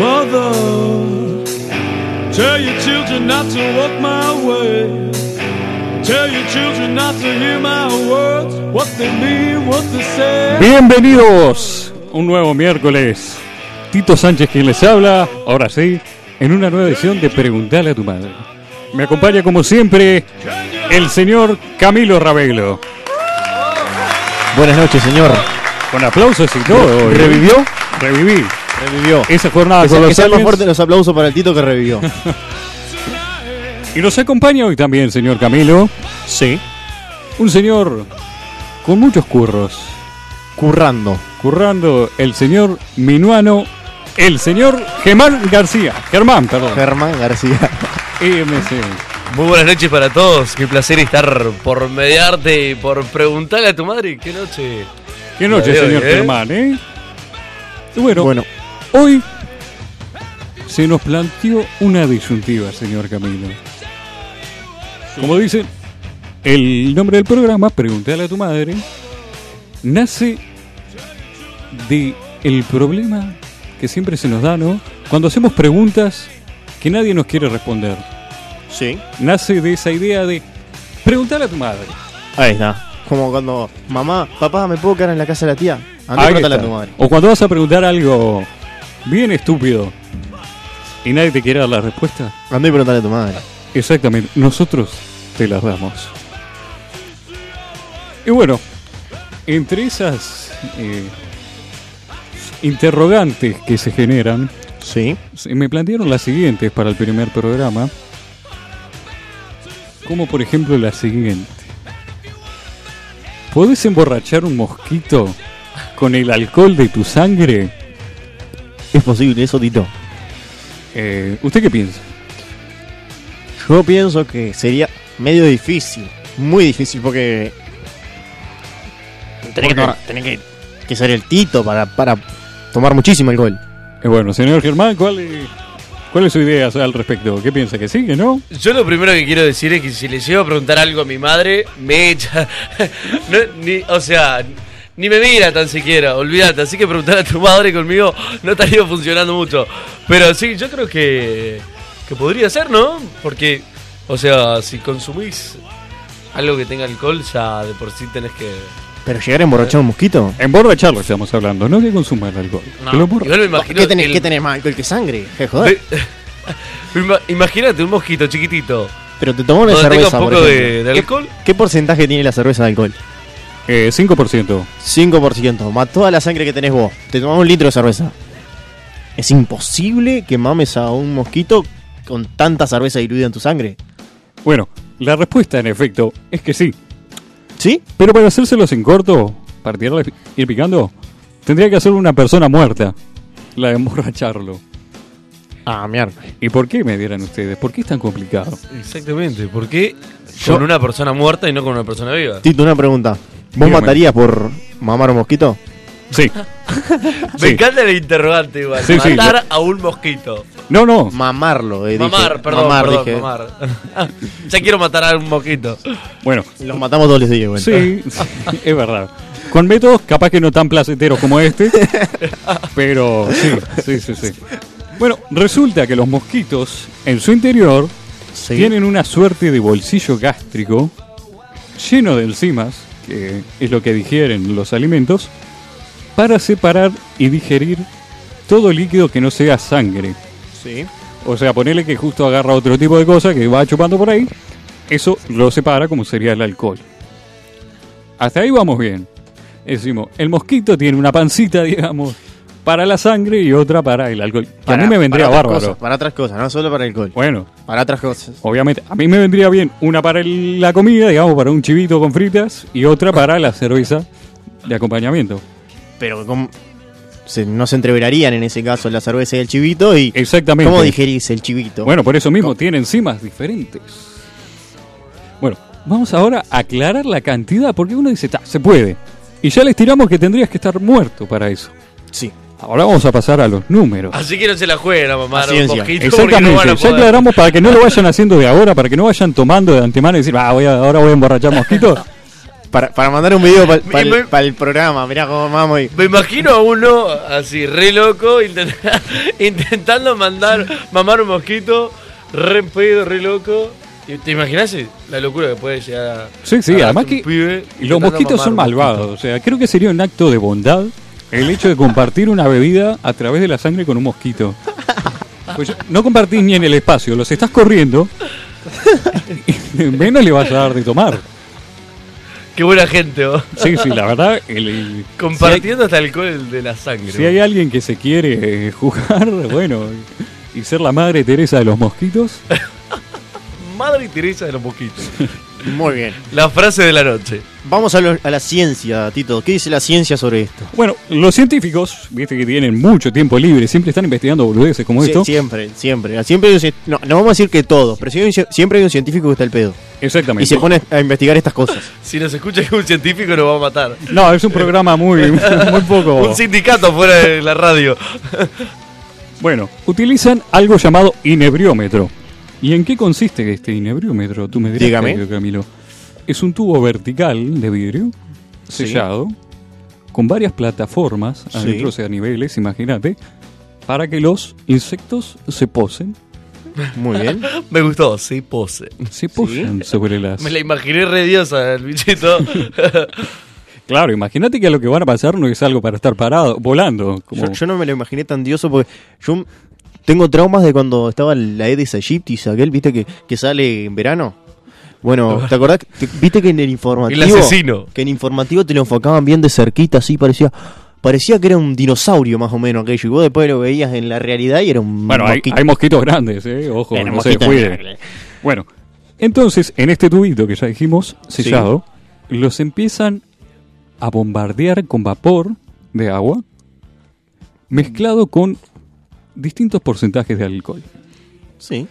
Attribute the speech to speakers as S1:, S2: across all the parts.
S1: Mother, tell your children not to walk my way. Tell your children not to hear my words, what they mean, what they say.
S2: Bienvenidos a un nuevo miércoles. Tito Sánchez quien les habla, ahora sí, en una nueva edición de Preguntale a tu madre. Me acompaña como siempre el señor Camilo Ravelo.
S3: Buenas noches, señor.
S2: Con aplausos y todo. hoy.
S3: ¿Revivió?
S2: Reviví.
S3: Revivió.
S2: Esa jornada
S3: Que
S2: con los
S3: sean más fuertes
S2: aliens.
S3: los aplausos para el Tito que revivió.
S2: Y nos acompaña hoy también el señor Camilo.
S4: Sí.
S2: Un señor con muchos curros.
S3: Currando.
S2: Currando el señor Minuano, el señor Germán García. Germán, perdón. E
S3: Germán García.
S2: EMC.
S5: Muy buenas noches para todos. Qué placer estar por mediarte y por preguntarle a tu madre qué noche.
S2: Qué noche,
S5: La de hoy,
S2: señor
S5: ¿eh?
S2: Germán, ¿eh? Y Bueno,
S3: Bueno,
S2: hoy se nos planteó una disyuntiva, señor Camilo. Como dice el nombre del programa, Pregúntale a tu madre, nace de el problema que siempre se nos da, ¿no? Cuando hacemos preguntas que nadie nos quiere responder.
S4: Sí.
S2: Nace de esa idea de preguntarle a tu madre.
S3: ahí está. Como cuando, mamá, papá, ¿me puedo quedar en la casa de la tía? Andá
S2: Ahí
S3: y preguntale a
S2: está.
S3: tu madre.
S2: O cuando vas a preguntar algo bien estúpido y nadie te quiere dar la respuesta,
S3: Andá y preguntale a tu madre.
S2: exactamente, nosotros te las damos. Y bueno, entre esas eh, interrogantes que se generan,
S3: Sí.
S2: se me plantearon las siguientes para el primer programa, como por ejemplo la siguiente. ¿Podés emborrachar un mosquito con el alcohol de tu sangre?
S3: ¿Es posible eso, Tito?
S2: Eh, ¿Usted qué piensa?
S3: Yo pienso que sería medio difícil. Muy difícil porque...
S4: Tenés que,
S3: Porque
S4: tenés que-
S3: que ser el Tito para, para tomar muchísimo alcohol.
S2: Eh, bueno, señor Germán, ¿cuál es, cuál es su idea al respecto? ¿Qué piensa? ¿Que sí? ¿Que no?
S5: Yo lo primero que quiero decir es que si le llego a preguntar algo a mi madre, me echa. No, ni, o sea, ni me mira tan siquiera, olvídate. Así que preguntar a tu madre conmigo no estaría funcionando mucho. Pero sí, yo creo que, que podría ser, ¿no? Porque, o sea, si consumís algo que tenga alcohol, ya de por sí tenés que.
S3: Pero llegar a emborrachar un mosquito...
S2: Emborracharlo estamos hablando, no que consuma el alcohol.
S5: No,
S2: Que lo emborra-
S5: igual me imagino
S3: ¿Qué tenés,
S5: el-
S3: qué tenés más alcohol que sangre? Je, joder.
S5: Ve- Ima- Imagínate un mosquito chiquitito.
S3: Pero te tomó una
S5: Donde tenga
S3: cerveza,
S5: un
S3: por
S5: poco de,
S3: ejemplo.
S5: de
S3: ¿Qué-
S5: alcohol.
S3: ¿Qué porcentaje tiene la cerveza de alcohol?
S2: Eh, 5%.
S3: 5%. Más toda la sangre que tenés vos. Te tomás un litro de cerveza. Es imposible que mames a un mosquito con tanta cerveza diluida en tu sangre.
S2: Bueno, la respuesta en efecto es que sí.
S3: ¿Sí?
S2: Pero para hacérselos en corto, para tirarle, ir picando, tendría que hacer una persona muerta. La de emborracharlo.
S3: Ah, mierda.
S2: ¿Y por qué me dieran ustedes? ¿Por qué es tan complicado?
S5: Exactamente, ¿por qué
S3: Yo-
S5: con una persona muerta y no con una persona viva?
S3: Tito, una pregunta. ¿Vos
S2: Dígame.
S3: matarías por mamar un mosquito?
S2: Sí. Sí.
S5: Me encanta el interrogante igual.
S2: Sí, sí,
S5: Matar a un mosquito.
S2: No, no.
S3: Mamarlo, eh, dije.
S5: Mamar, perdón,
S3: Mamar,
S5: perdón,
S3: dije.
S5: mamar. ya quiero matar a un mosquito.
S2: Bueno,
S3: Los matamos todos les digo, bueno.
S2: Sí, sí, es verdad. Con métodos capaz que no tan placenteros como este, pero sí, sí, sí, sí. Bueno, resulta que los mosquitos en su interior
S3: Sí.
S2: tienen una suerte de bolsillo gástrico lleno de enzimas, que es lo que digieren los alimentos, para separar y digerir todo líquido que no sea sangre.
S3: Sí.
S2: O sea, ponele que justo agarra otro tipo de cosa que va chupando por ahí. Eso lo separa como sería el alcohol. Hasta ahí vamos bien. Decimos, el mosquito tiene una pancita, digamos, para la sangre y otra para el alcohol. Que a mí me vendría
S3: para otras
S2: bárbaro.
S3: cosas, para otras cosas, no solo para alcohol.
S2: Bueno,
S3: Para otras cosas.
S2: obviamente, a mí me vendría bien una para el- la comida, digamos, para un chivito con fritas y otra para la cerveza de acompañamiento.
S3: Pero ¿cómo? Se- no se entreverarían en ese caso la cerveza y el chivito y...
S2: Exactamente.
S3: ¿Cómo digerís el chivito?
S2: Bueno, por eso mismo tiene enzimas diferentes. Bueno, vamos ahora a aclarar la cantidad, porque uno dice, "Ta, se puede. Y ya les tiramos que tendrías que estar muerto para eso.
S3: Sí.
S2: Ahora vamos a pasar a los números.
S5: Así que no se la jueguen a mamar a un
S3: Paciencia.
S5: mosquito porque no
S2: Exactamente,
S5: van a
S2: ya
S5: poder.
S2: aclaramos para que no lo vayan haciendo de ahora, para que no vayan tomando de antemano y decir, ah, voy a- ahora voy a emborrachar mosquitos.
S3: Para, para mandar un video para
S5: Y me-
S3: el, programa, mirá cómo vamos y.
S5: Me imagino a uno así, re loco, intent- intentando mandar, mamar un mosquito, re en pedo, re loco. ¿Y ¿Te imaginas la locura que puede llegar a-
S2: Sí, sí,
S5: a darte
S2: además
S5: un
S2: que
S5: pibe
S2: los
S5: intentando
S2: mosquitos
S5: mamar
S2: son
S5: un mosquito?
S2: malvados. O sea, creo que sería un acto de bondad el hecho de compartir una bebida a través de la sangre con un mosquito. Pues no compartís ni en el espacio, los estás corriendo. y Menos le vas a dar de tomar.
S5: Qué buena gente, vos.
S2: Sí, sí, la verdad. el- el-
S5: Compartiendo hasta el alcohol de la sangre.
S2: Si hay alguien que se quiere eh, jugar, bueno, y ser la madre Teresa de los mosquitos,
S5: Madre Teresa de los mosquitos.
S3: Muy bien.
S5: la frase de la noche.
S3: Vamos a, lo- a la ciencia, Tito. ¿Qué dice la ciencia sobre esto?
S2: Bueno, los científicos, viste que tienen mucho tiempo libre, siempre están investigando boludeces como
S3: Sie-
S2: esto.
S3: siempre, siempre. Siempre hay un cien- no, no vamos a decir que todos, pero sí hay un cien- siempre hay un científico que está al pedo.
S2: Exactamente.
S3: Y se pone a investigar estas cosas.
S5: Si nos escucha un científico nos va a matar.
S2: No, es un programa muy, muy poco.
S5: Un sindicato fuera de la radio.
S2: Bueno, utilizan algo llamado inebriómetro. ¿Y en qué consiste este inebriómetro? Tú me dirás,
S3: Dígame.
S2: querido Camilo. Es un tubo vertical de vidrio
S3: Sí.
S2: sellado con varias plataformas adentro, o sea, niveles, imagínate, para que los insectos se posen,
S3: Muy bien.
S5: Me gustó, sí, pose.
S2: se posen sobre las
S5: Me la imaginé re diosa, el bichito.
S2: Claro, imagínate que a lo que van a pasar no es algo para estar parado, volando. Como...
S3: Yo, yo no me lo imaginé tan dioso porque yo tengo traumas de cuando estaba la Edis Aegyptis, aquel, viste, que, que sale en verano. Bueno, ¿te acordás? que- te- ¿Viste que en el informativo.
S5: El asesino.
S3: Que en informativo te lo enfocaban bien de cerquita, así parecía. Parecía que era un dinosaurio más o menos aquello. Y vos después lo veías en la realidad y era un.
S2: Bueno, hay,
S3: mosquito.
S2: hay mosquitos grandes, ¿eh? Ojo,
S3: Era
S2: no
S3: un
S2: se
S3: mosquito
S2: descuiden.
S3: enorme.
S2: Bueno, entonces, en este tubito que ya dijimos,
S3: Sí.
S2: sellado, los empiezan a bombardear con vapor de agua mezclado con distintos porcentajes de alcohol.
S3: Sí,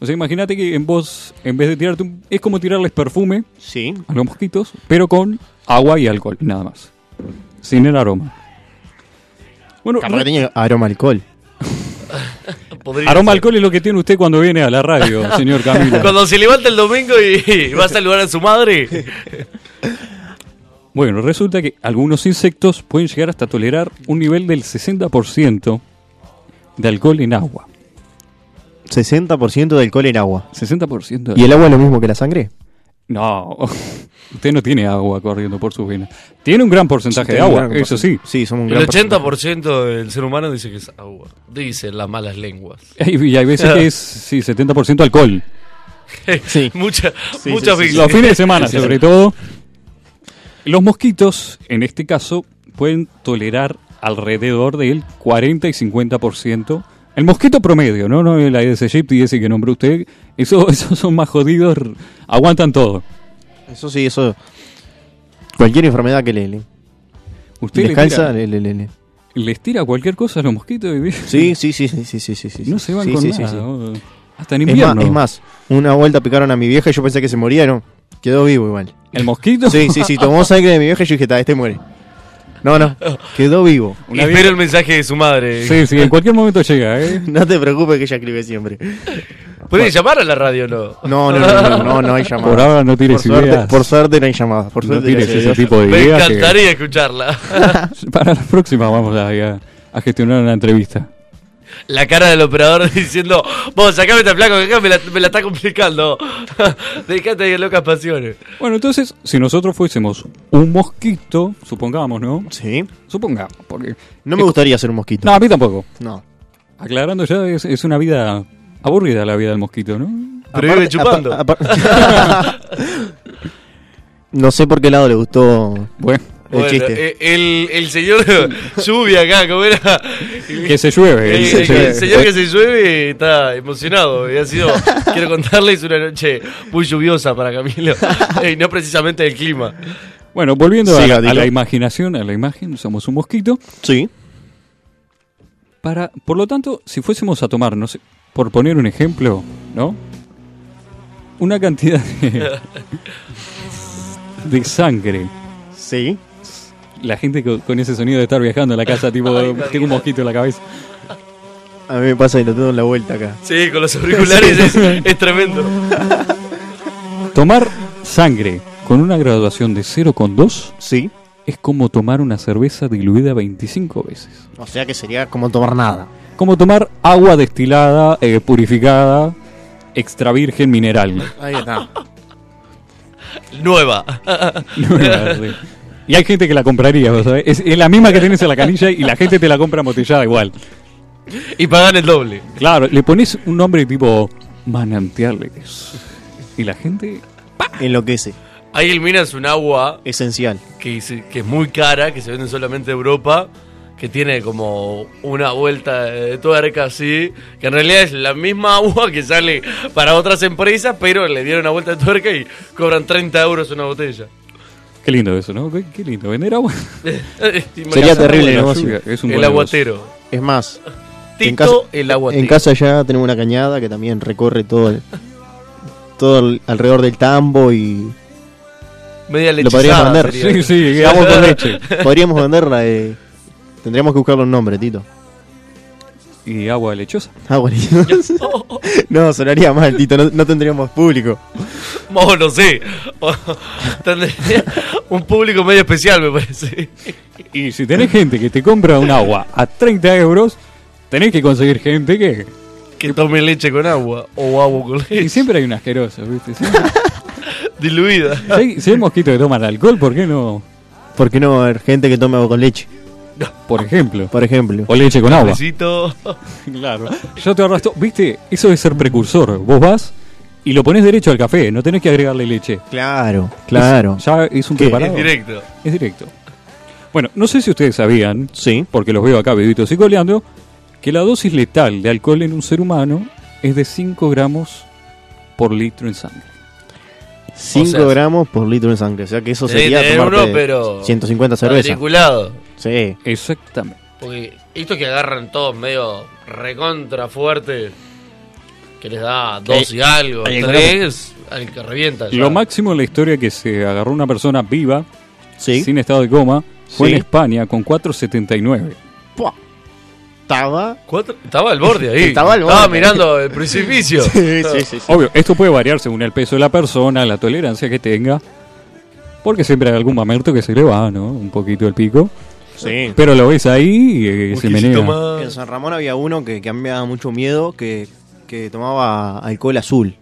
S2: O sea, imagínate que en vos, en vez de tirarte un... Es como tirarles perfume
S3: sí.
S2: a los mosquitos, pero con agua y alcohol, nada más. Sin el aroma. Bueno,
S3: Capaz que tenía aroma a alcohol.
S5: Podría
S2: Aroma
S5: ser.
S2: alcohol es lo que tiene usted cuando viene a la radio, señor Camilo.
S5: Cuando se levanta el domingo y, y va a saludar a su madre.
S2: Bueno, resulta que algunos insectos pueden llegar hasta tolerar un nivel del 60% de alcohol en agua.
S3: 60% de alcohol en agua.
S2: 60% de...
S3: ¿Y el agua es lo mismo que la sangre?
S2: No, usted no tiene agua corriendo por sus venas. Tiene un gran porcentaje de agua, eso sí.
S3: Sí, somos un gran
S5: El 80% del ser humano dice que es agua. Dicen las malas lenguas.
S2: Y hay veces que es, sí, 70% alcohol.
S3: Sí.
S5: Mucha,
S3: Sí,
S5: muchas
S3: sí, sí,
S5: veces.
S2: Los fines de semana, sobre todo. Los mosquitos, en este caso, pueden tolerar alrededor del 40 y 50%. El mosquito promedio, no, no el Aedes aegypti ese que nombró usted. Eso, esos son más jodidos, r- aguantan todo.
S3: Eso sí, eso. Cualquier enfermedad que le, le,
S2: Usted
S3: le
S2: les,
S3: calza,
S2: tira,
S3: le, le, le- le-
S2: les tira cualquier cosa a los mosquitos y
S3: eh. Sí, sí, sí, sí, sí, sí, sí, sí.
S2: no se van
S3: Sí,
S2: con
S3: sí, sí,
S2: nada.
S3: sí.
S2: ¿no? Hasta en
S3: Es, más,
S2: invierno.
S3: es más, una vuelta picaron a mi vieja y yo pensé que se moría, no. Quedó vivo igual.
S2: El mosquito.
S3: Sí, sí, sí, tomó sangre de mi vieja y yo dije, "Ta, este muere. No, no, quedó vivo.
S5: Y espero el mensaje de su madre.
S2: Sí, sí, en cualquier momento llega, ¿eh?
S3: No te preocupes que ella escribe siempre.
S5: ¿Pueden llamar a la radio o no?
S3: No, no, no, no, no, no hay llamada.
S2: Por ahora no tires
S3: por suerte,
S2: ideas.
S3: por suerte no hay llamada. Por
S2: no
S3: suerte
S2: tires
S3: gracias a
S2: ese
S3: Dios.
S2: tipo de
S5: Me
S2: ideas. que-
S5: encantaría escucharla.
S2: Para la próxima vamos a, a- a gestionar una entrevista.
S5: La cara del operador diciendo, vos sacame esta placa, que acá me la, me la está complicando. Dejate de locas pasiones.
S2: Bueno, entonces, si nosotros fuésemos un mosquito, supongamos, ¿no?
S3: Sí.
S2: Supongamos, porque...
S3: No me gustaría ser un mosquito.
S2: No, a mí tampoco.
S3: No.
S2: Aclarando ya, es, es una vida aburrida la vida del mosquito, ¿no?
S5: Pero vive chupando.
S3: apa- apar- no sé por qué lado le gustó el
S2: Bueno,
S5: Bueno,
S3: chiste.
S5: eh, el, el señor lluvia acá, como era.
S2: que se llueve.
S5: El,
S2: que se
S5: el-
S2: llueve.
S5: el señor que se llueve está emocionado. Y ha sido, quiero contarles, una noche muy lluviosa para Camilo. Y no precisamente del clima.
S2: Bueno, volviendo a,
S3: Siga,
S2: a la
S3: diga.
S2: imaginación, a la imagen, somos un mosquito.
S3: Sí.
S2: Para, por lo tanto, si fuésemos a tomar, no sé, por poner un ejemplo, ¿no? Una cantidad de, de sangre.
S3: Sí.
S2: La gente co- con ese sonido de estar viajando a la casa, tipo, tengo un mosquito en la cabeza.
S3: A mí me pasa y lo tengo en la vuelta acá.
S5: Sí, con los auriculares es, es tremendo.
S2: Tomar sangre con una graduación de 0,2
S3: Sí.
S2: es como tomar una cerveza diluida 25 veces.
S3: O sea que sería como tomar nada.
S2: Como tomar agua destilada, eh, purificada, extra virgen mineral.
S3: Ahí está.
S5: Nueva.
S2: y hay gente que la compraría, ¿vos sabés? Es, es la misma que tenés en la canilla y la gente te la compra embotellada igual.
S5: y pagan el doble.
S2: Claro, le pones un nombre tipo manantiales. Y la gente...
S3: Enloquece.
S5: Ahí el Mina es un agua
S3: Esencial.
S5: que, se- que es muy cara, que se vende solamente en Europa, que tiene como una vuelta de tuerca así, que en realidad es la misma agua que sale para otras empresas, pero le dieron una vuelta de tuerca y cobran 30 euros una botella.
S2: Qué lindo eso, ¿no? Qué, qué lindo. Vender agua.
S3: Sería terrible el
S2: La
S3: negocio.
S2: lluvia, Es un buen
S5: El aguatero.
S3: Es más, En
S5: Tito el aguatero.
S3: en casa ya tenemos una cañada que también recorre todo el- todo el- alrededor del tambo y
S5: Media
S3: lo podrías
S5: lechizada
S3: vender.
S5: sería.
S2: Sí, sí,
S3: Vamos
S2: agua
S3: con
S2: con
S3: leche. Podríamos venderla. eh, Tendríamos que buscarle un nombre, Tito.
S2: leche. Y agua lechosa.
S3: Ah, bueno. no, sonaría mal, Tito. No, no tendríamos público.
S5: Oh, no sé. Oh, tendría un público medio especial, me parece.
S2: Y si tenés gente que te compra un agua a 30 euros, tenés que conseguir gente que...
S5: Que tome leche con agua o agua con
S2: Y
S5: leche.
S2: siempre hay un asqueroso, ¿viste? Siempre-
S5: Diluida.
S2: Si hay, si hay mosquitos que toman alcohol, ¿por qué no?
S3: ¿Por qué no haber gente que tome agua con leche?
S2: Por ejemplo.
S3: Por ejemplo.
S2: O leche con agua.
S5: Besito.
S2: Claro. Yo te arrastro. Viste, eso es ser precursor. Vos vas y lo pones derecho al café, no tenés que agregarle leche.
S3: Claro, claro.
S2: Es- ya es un
S3: ¿Qué?
S2: preparado.
S5: En directo.
S2: Es directo. Bueno, no sé si ustedes sabían,
S3: Sí.
S2: porque los veo acá vivitos y coleando, que la dosis letal de alcohol en un ser humano es de 5 gramos por litro en sangre.
S3: 5
S5: O sea,
S3: gramos por litro de sangre. O sea que eso
S5: Tenés que
S3: sería
S5: tener
S3: tomarte
S5: uno, pero-
S3: 150 cervezas.
S5: Matriculado.
S3: Sí.
S2: Exactamente.
S5: Porque estos que agarran todos medio recontra fuerte, que les da dos y algo,
S3: Ahí,
S5: tres, al que revienta. ya.
S2: Lo máximo en la historia que se agarró una persona viva,
S3: Sí.
S2: sin estado de coma, fue
S3: Sí.
S2: en España con 4,79.
S3: Pua. Estaba.
S5: Cuatro- Estaba al borde ahí.
S3: Estaba al borde.
S5: mirando el precipicio.
S3: Sí, sí, sí. sí.
S2: Obvio, esto puede variar según el peso de la persona, la tolerancia que tenga, porque siempre hay algún mamerto que se le va, ¿no? Un poquito el pico.
S3: Sí.
S2: Pero lo ves ahí y eh, se
S5: Un quesito
S2: menea.
S5: más.
S3: En San Ramón había uno que, que a mí me daba mucho miedo que, que tomaba alcohol azul.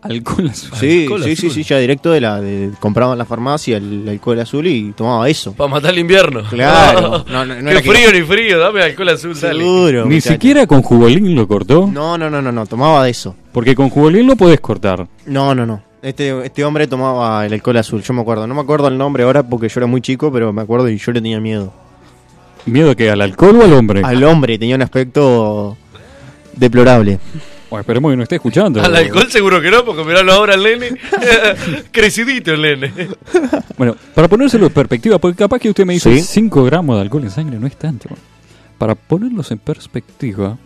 S2: Alcohol azul.
S3: Sí,
S5: Alcohol
S3: sí, sí,
S5: azul.
S3: sí, ya directo de la. de- compraban en la farmacia el alcohol azul y tomaba eso.
S5: Para matar el invierno.
S3: Claro. No, no, no
S5: Qué
S3: era que-
S5: frío ni frío, dame alcohol azul, dale.
S3: Seguro.
S2: Ni
S3: muchacho.
S2: siquiera con jugolín lo cortó,
S3: No, no, no, no, no, tomaba de eso.
S2: porque con jugolín lo podés cortar.
S3: No, no, no. Este, este hombre tomaba el alcohol azul, yo me acuerdo. No me acuerdo el nombre ahora porque yo era muy chico, pero me acuerdo y yo le tenía miedo.
S2: ¿Miedo que al alcohol o al hombre?
S3: Al hombre tenía un aspecto deplorable.
S2: Bueno, esperemos que no esté escuchando.
S5: Al alcohol seguro que no, porque miralo ahora el nene. Crecidito el nene.
S2: Bueno, para ponérselo en perspectiva, porque capaz que usted me dice
S3: Sí.
S2: 5 gramos de alcohol en sangre no es tanto. Para ponerlos en perspectiva,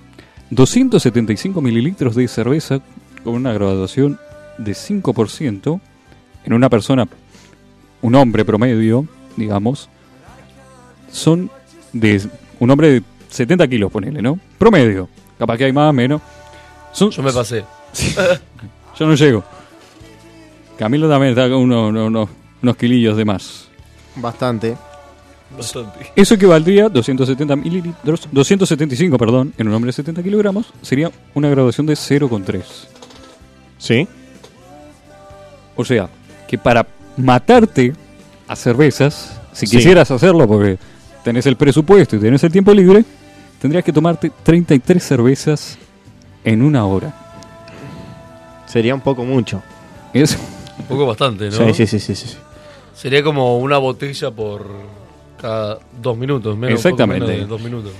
S2: 275 mililitros de cerveza con una graduación de 5% en una persona, un hombre promedio, digamos, son de un hombre de 70 kilos, ponele, ¿no? Promedio. Capaz que hay más, menos. Son
S5: Yo me pasé.
S2: yo no llego. Camilo también está con uno- uno- uno- unos kilillos de más.
S3: Bastante.
S5: Bastante.
S2: Eso equivaldría 270 mililitros, 275, perdón, en un hombre de 70 kilogramos, sería una graduación de 0,3.
S3: ¿Sí?
S2: O sea, que para matarte a cervezas, si
S3: Sí.
S2: quisieras hacerlo porque tenés el presupuesto y tenés el tiempo libre, tendrías que tomarte 33 cervezas en una hora.
S3: Sería un poco mucho.
S2: Es,
S5: Un poco bastante, ¿no?
S3: Sí, sí, sí, sí, sí. sí.
S5: Sería como una botella por cada dos minutos. Menos, un poco
S2: Exactamente.
S5: menos de dos minutos.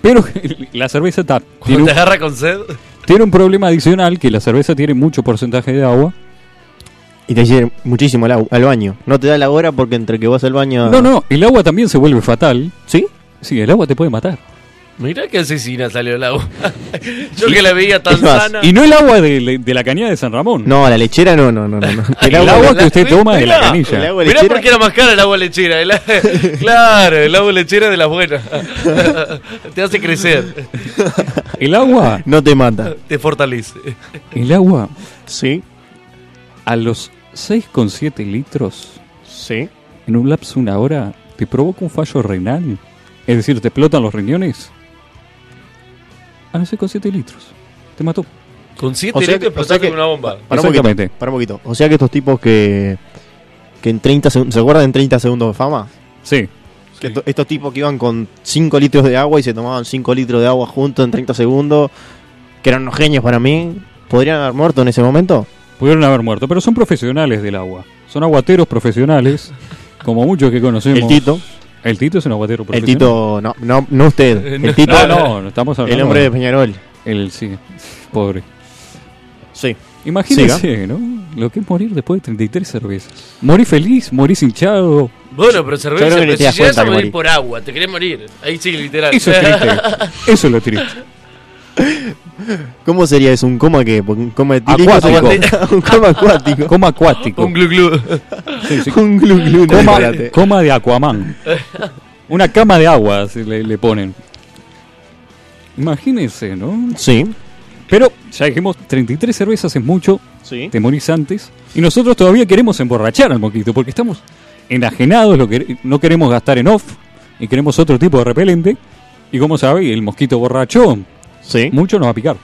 S2: pero la cerveza está, tiene
S5: Cuando
S2: un-
S5: te agarra con sed,
S2: tiene un problema adicional que la cerveza tiene mucho porcentaje de agua.
S3: Y te lleva muchísimo al, au- al baño. No te da la hora porque entre que vas al baño.
S2: No, no, el agua también se vuelve fatal.
S3: Ah. ¿Sí?
S2: Sí, el agua te puede matar.
S5: mirá qué asesina salió el agua. Yo que la veía tan
S3: Es más,
S5: sana.
S2: Y no el agua de, de la cañada de San Ramón.
S3: No, la lechera no, no, no. no, no.
S2: el
S3: El
S2: agua,
S3: agua.
S2: que usted
S5: la-
S2: toma de la
S5: mira,
S3: el
S2: canilla.
S3: agua
S5: Mirá
S3: lechera.
S5: porque era más cara el agua lechera. el- claro, el agua lechera de las buenas. te hace crecer,
S2: El agua,
S3: No te mata.
S5: te fortalece.
S2: el agua
S3: ¿Sí?
S2: a los 6,7 litros
S3: Sí.
S2: en un lapso de una hora te provoca un fallo renal. Es decir, te explotan los riñones. A los 6,7 litros. Te mató.
S5: Con 7
S3: O sea
S5: litros
S3: que- o sea
S5: explotaste
S3: que-
S5: con una bomba.
S3: Para un
S2: Exactamente.
S3: poquito. Para un poquito. O sea que estos tipos que. que en 30 segundos. ¿Se acuerdan en 30 segundos de fama?
S2: Sí.
S3: Que esto- estos tipos que iban con 5 litros de agua y se tomaban 5 litros de agua juntos en 30 segundos, que eran unos genios para mí, ¿podrían haber muerto en ese momento?
S2: Pudieron haber muerto, pero son profesionales del agua. Son aguateros profesionales, como muchos que conocemos.
S3: El Tito.
S2: El Tito es un aguatero
S3: El
S2: profesional.
S3: Tito, no, no, no usted. El Tito,
S2: No, no, no estamos hablando.
S3: el hombre de Peñarol.
S2: El sí, pobre.
S3: Sí.
S2: Imagínense, ¿no? Lo que es morir después de 33 cervezas. Morir feliz, morís hinchado.
S5: Bueno,
S3: Yo
S5: pero cerveza,
S3: creo que
S5: pero
S3: te
S5: si
S3: das
S5: llegas
S3: cuenta
S5: a
S3: que
S5: morir
S3: morí.
S5: por agua, te querés morir. Ahí sí, literal.
S2: Eso es triste. Eso es lo triste.
S3: ¿Cómo sería eso? ¿Un coma qué? ¿Un coma etílico?
S2: Acuático.
S3: ¿Un coma acuático?
S2: Coma acuático.
S5: Un glu glu.
S2: Sí, sí.
S3: Un glu glu, no,
S2: Coma,
S3: espérate.
S2: coma de Aquaman. Una cama de agua se le, le ponen. Imagínense, ¿no?
S3: Sí.
S2: Pero ya dijimos, 33 cervezas es mucho,
S3: Sí.
S2: te morís antes. Y nosotros todavía queremos emborrachar al moquito, porque estamos enajenados, lo que, no queremos gastar en off, y queremos otro tipo de repelente. Y como sabéis, el mosquito borracho,
S3: Sí.
S2: mucho nos va a picar.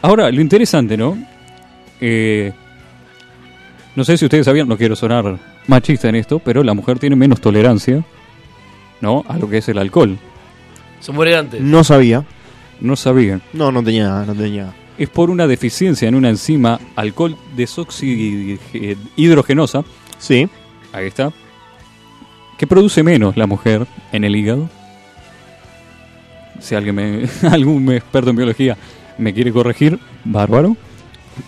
S2: Ahora, lo interesante, ¿no? Eh, no sé si ustedes sabían, no quiero sonar machista en esto, pero la mujer tiene menos tolerancia, ¿no? A lo que es el alcohol.
S5: Se muere antes.
S3: No sabía.
S2: No sabían.
S3: No, no tenía nada, no tenía nada.
S2: es por una deficiencia en una enzima alcohol desoxihidrogenosa,
S3: Sí.
S2: ahí está, que produce menos la mujer en el hígado. Si alguien me, algún experto en biología me quiere corregir, bárbaro.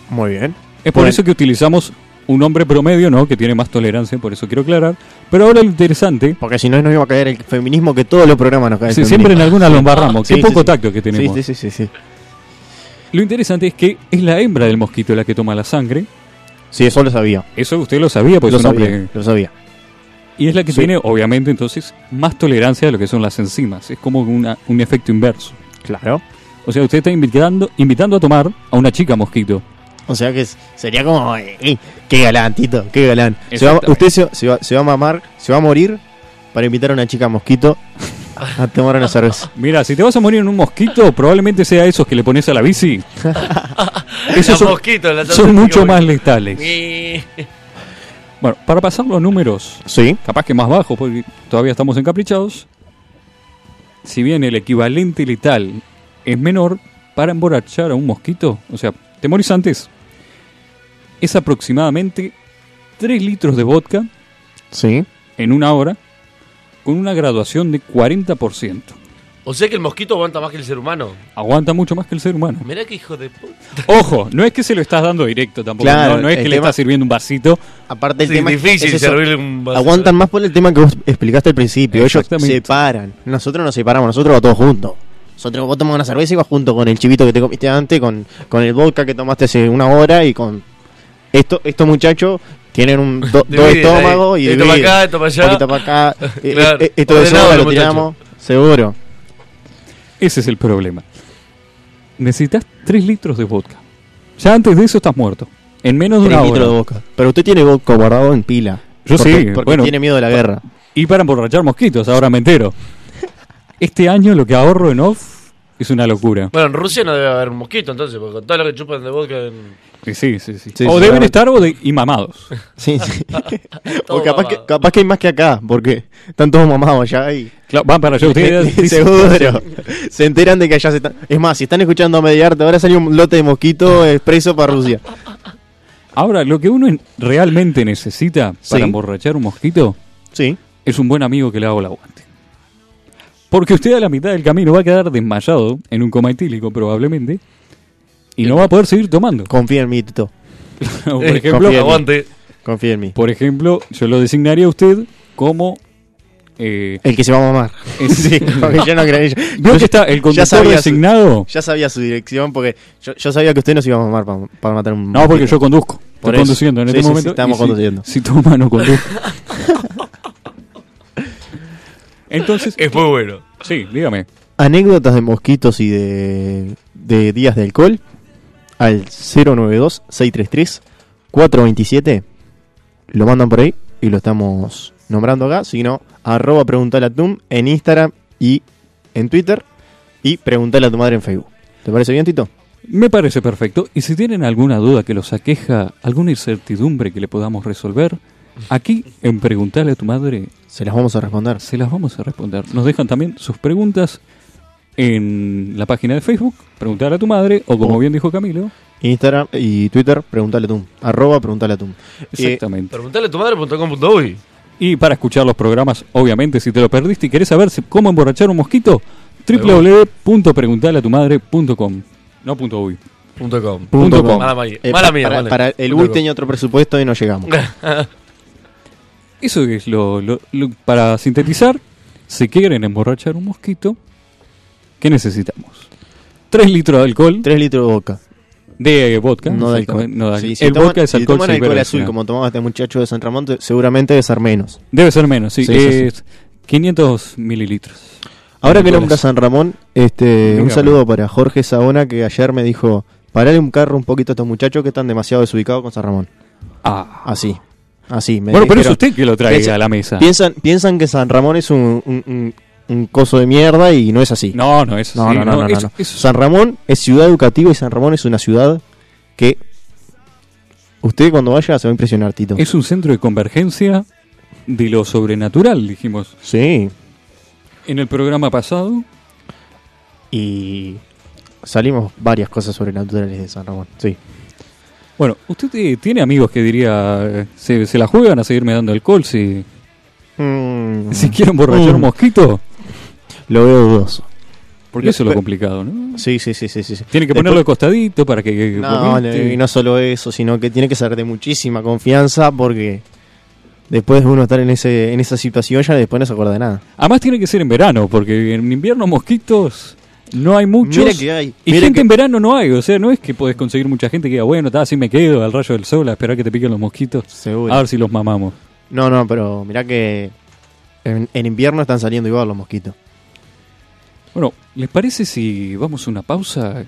S3: Muy bien.
S2: Es por
S3: Bueno.
S2: eso que utilizamos un hombre promedio, ¿no? Que tiene más tolerancia, por eso quiero aclarar. Pero ahora lo interesante,
S3: Porque si no nos iba a caer el feminismo que todos los programas nos caen.
S2: si siempre en alguna lo embarramos,
S3: Sí,
S2: qué
S3: sí,
S2: poco
S3: sí.
S2: tacto que tenemos.
S3: Sí, sí, sí, sí, sí.
S2: Lo interesante es que es la hembra del mosquito la que toma la sangre.
S3: Sí, eso lo sabía.
S2: Eso usted lo sabía, pues
S3: lo
S2: es un
S3: sabía,
S2: hombre
S3: lo sabía.
S2: Y es la que
S3: Sí.
S2: tiene, obviamente, entonces, más tolerancia a lo que son las enzimas. Es como una- un efecto inverso.
S3: Claro.
S2: O sea, usted está invitando, invitando a tomar a una chica mosquito.
S3: O sea que es- sería como, eh, eh, qué galán, Tito, qué galán. Se va-
S2: Exactamente.
S3: usted se, se va, se va a mamar, se va a morir para invitar a una chica mosquito a tomar una cerveza.
S2: Mira, si te vas a morir en un mosquito, probablemente sea esos que le pones a la bici.
S5: Los
S2: Esos son,
S5: mosquitos, la
S2: son mucho más
S5: lentos.
S2: letales. Bueno, para pasar los números,
S3: Sí,
S2: capaz que más bajos, porque todavía estamos encaprichados. Si bien el equivalente letal es menor, para emborrachar a un mosquito, o sea, te morís antes, es aproximadamente 3 litros de vodka
S3: sí.
S2: en una hora, con una graduación de 40%.
S5: O sea que el mosquito aguanta más que el ser humano.
S2: Aguanta mucho más que el ser humano.
S5: Mirá que hijo de puta.
S2: Ojo, no es que se lo estás dando directo tampoco,
S3: Claro,
S2: no, no es
S3: el
S2: que le
S3: tema-
S2: estás sirviendo un vasito.
S3: Aparte el
S5: Sí,
S3: tema es-
S5: difícil
S3: es eso.
S5: servirle un vaso.
S3: Aguantan más por el tema que vos explicaste al principio. Ellos
S2: Exactamente.
S3: separan. Nosotros nos separamos, nosotros va todo junto. Nosotros vos tomás una cerveza y vas junto con el chivito que te comiste antes, con, con el vodka que tomaste hace una hora y con esto, estos muchachos tienen un do- dos
S5: Dividen ahí.
S3: estómagos y
S5: eh, Esto pa'
S3: dividen.
S5: acá, esto pa' allá.
S3: Un poquito para acá. Eh,
S5: Claro.
S3: eh, esto de
S5: Ordenado
S3: sobra
S5: los
S3: lo tiramos, seguro.
S2: Ese es el problema. Necesitas 3 litros de vodka. Ya antes de eso estás muerto. En menos de
S3: Tres
S2: una
S3: litros de
S2: hora.
S3: vodka. Pero usted tiene vodka guardado en pila.
S2: Yo
S3: Porque-
S2: sí,
S3: porque
S2: bueno.
S3: tiene miedo de la guerra.
S2: Y para emborrachar mosquitos, ahora me entero. Este año lo que ahorro en off es una locura.
S5: Bueno, en Rusia no debe haber mosquito entonces, porque con todo lo que chupan de vodka. en-
S2: Sí, sí, sí.
S3: Sí,
S2: o
S3: sí,
S2: deben
S3: claramente.
S2: estar o de, y mamados.
S3: Sí, sí.
S5: Todo
S3: o capaz que,
S5: mamado.
S3: capaz que hay más que acá, porque están todos mamados allá ahí.
S2: Claro, van para allá ustedes. dicen-
S3: Seguro. Se enteran de que allá se están. Es más, si están escuchando a Mediarte, ahora salió un lote de mosquito expreso para Rusia.
S2: Ahora, lo que uno en- realmente necesita para
S3: Sí.
S2: emborrachar un mosquito
S3: Sí.
S2: es un buen amigo que le haga el aguante. Porque usted a la mitad del camino va a quedar desmayado en un coma etílico probablemente y no va a poder seguir tomando.
S3: Confía en mí, Tito.
S2: Por
S5: Eh,
S2: ejemplo,
S3: confía en mí.
S5: Aguante.
S3: Confía en mí.
S2: por ejemplo, yo lo designaría a usted como... eh,
S3: El que se va a mamar.
S2: eh,
S3: Sí, porque yo no creí.
S2: Veo que está el conductor
S3: sabía su-
S2: designado.
S3: Ya sabía su dirección, porque yo, yo sabía que usted nos iba a mamar para, para matar un.
S2: No, porque
S3: mosquito.
S2: yo conduzco.
S3: Por
S2: Estoy
S3: eso.
S2: conduciendo en
S3: Sí,
S2: este
S3: sí, sí,
S2: momento. y
S3: estamos
S2: si-
S3: conduciendo.
S2: Si, toma, no conduzco. Entonces,
S5: Es muy bueno.
S2: sí, dígame.
S3: Anécdotas de mosquitos y de, de días de alcohol al 092-633. 427. Lo mandan por ahí y lo estamos nombrando acá. Si no, arroba preguntale a Tum en Instagram y en Twitter. Y preguntale a tu madre en Facebook. ¿Te parece bien, Tito?
S2: Me parece perfecto. Y si tienen alguna duda que los aqueja, alguna incertidumbre que le podamos resolver, aquí en Preguntarle a tu madre
S3: Se las vamos a responder.
S2: se las vamos a responder. Nos dejan también sus preguntas en la página de Facebook, Preguntar a tu madre, o como bien dijo Camilo,
S3: Instagram y Twitter, preguntale a Tum. Arroba preguntale a Tum. Eh,
S2: exactamente.
S5: Preguntale a tu madre.com.uy.
S2: Y para escuchar los programas, obviamente, si te lo perdiste y querés saber si- cómo emborrachar un mosquito, www.preguntaleatumadre.com. No punto uy.
S5: Punto com.
S3: Punto com.
S5: Mala mía.
S3: eh,
S5: Mala
S3: para,
S5: mía. mala.
S3: para el
S5: Punto
S3: Uy
S5: com.
S3: tenía otro presupuesto y no llegamos.
S2: Eso es lo, lo- lo- Para sintetizar, si quieren emborrachar un mosquito, ¿qué necesitamos? 3 litros de alcohol,
S3: 3 litros de boca.
S2: de vodka.
S3: No de alcohol.
S2: exactamente, no de
S3: Sí,
S2: alcohol.
S3: si
S2: el
S3: toman-
S2: vodka es
S3: si
S2: alcohol,
S3: toman
S2: sí,
S3: alcohol
S2: pero es
S3: azul,
S2: una-
S3: como tomaba este muchacho de San Ramón, te- seguramente debe ser menos.
S2: Debe ser menos, sí.
S3: Sí, sí, sí.
S2: es 500 mililitros.
S3: Ahora que
S2: Nicolás.
S3: nombra San Ramón, este,
S2: Dígame.
S3: un saludo para Jorge Saona que ayer me dijo, parale un carro un poquito a estos muchachos que están demasiado desubicados con San Ramón.
S2: Ah.
S3: Así, así. me
S2: Bueno, pero es
S3: dijeron.
S2: usted que lo trae
S3: Piensa-
S2: a la mesa.
S3: Piensan, piensan que San Ramón es un, un- un- un coso de mierda y no es así.
S2: No, no, eso
S3: No,
S2: sí,
S3: no, no, no, no,
S2: eso-
S3: no.
S2: eso-
S3: San Ramón es ciudad educativa y San Ramón es una ciudad que usted cuando vaya se va a impresionar, Tito.
S2: Es un centro de convergencia de lo sobrenatural, dijimos.
S3: Sí,
S2: En el programa pasado,
S3: y salimos varias cosas sobrenaturales de San Ramón, sí.
S2: bueno, usted eh, tiene amigos que diría, eh, se, se la juegan a seguirme dando alcohol si,
S3: Mm,
S2: si quieren borrachar
S3: Mm.
S2: un mosquito,
S3: Lo veo dudoso.
S2: porque eso es lo
S3: Pe-
S2: complicado, ¿no?
S3: Sí, sí, sí, sí, sí. sí.
S2: Tiene que
S3: Después-
S2: ponerlo de costadito para que...
S3: No,
S2: vomite.
S3: no, y no solo eso, sino que tiene que ser de muchísima confianza porque después de uno estar en ese en esa situación ya después no se acuerda de nada.
S2: Además tiene que ser en verano, porque en invierno mosquitos no hay muchos.
S3: Mira que hay,
S2: Y
S3: mira
S2: gente
S3: que-
S2: en verano no hay, o sea, no es que podés conseguir mucha gente que diga, bueno, está, así me quedo al rayo del sol a esperar que te piquen los mosquitos,
S3: Seguro.
S2: a ver si los mamamos.
S3: No, no, pero mirá que en, en invierno están saliendo igual los mosquitos.
S2: Bueno, ¿les parece si vamos a una pausa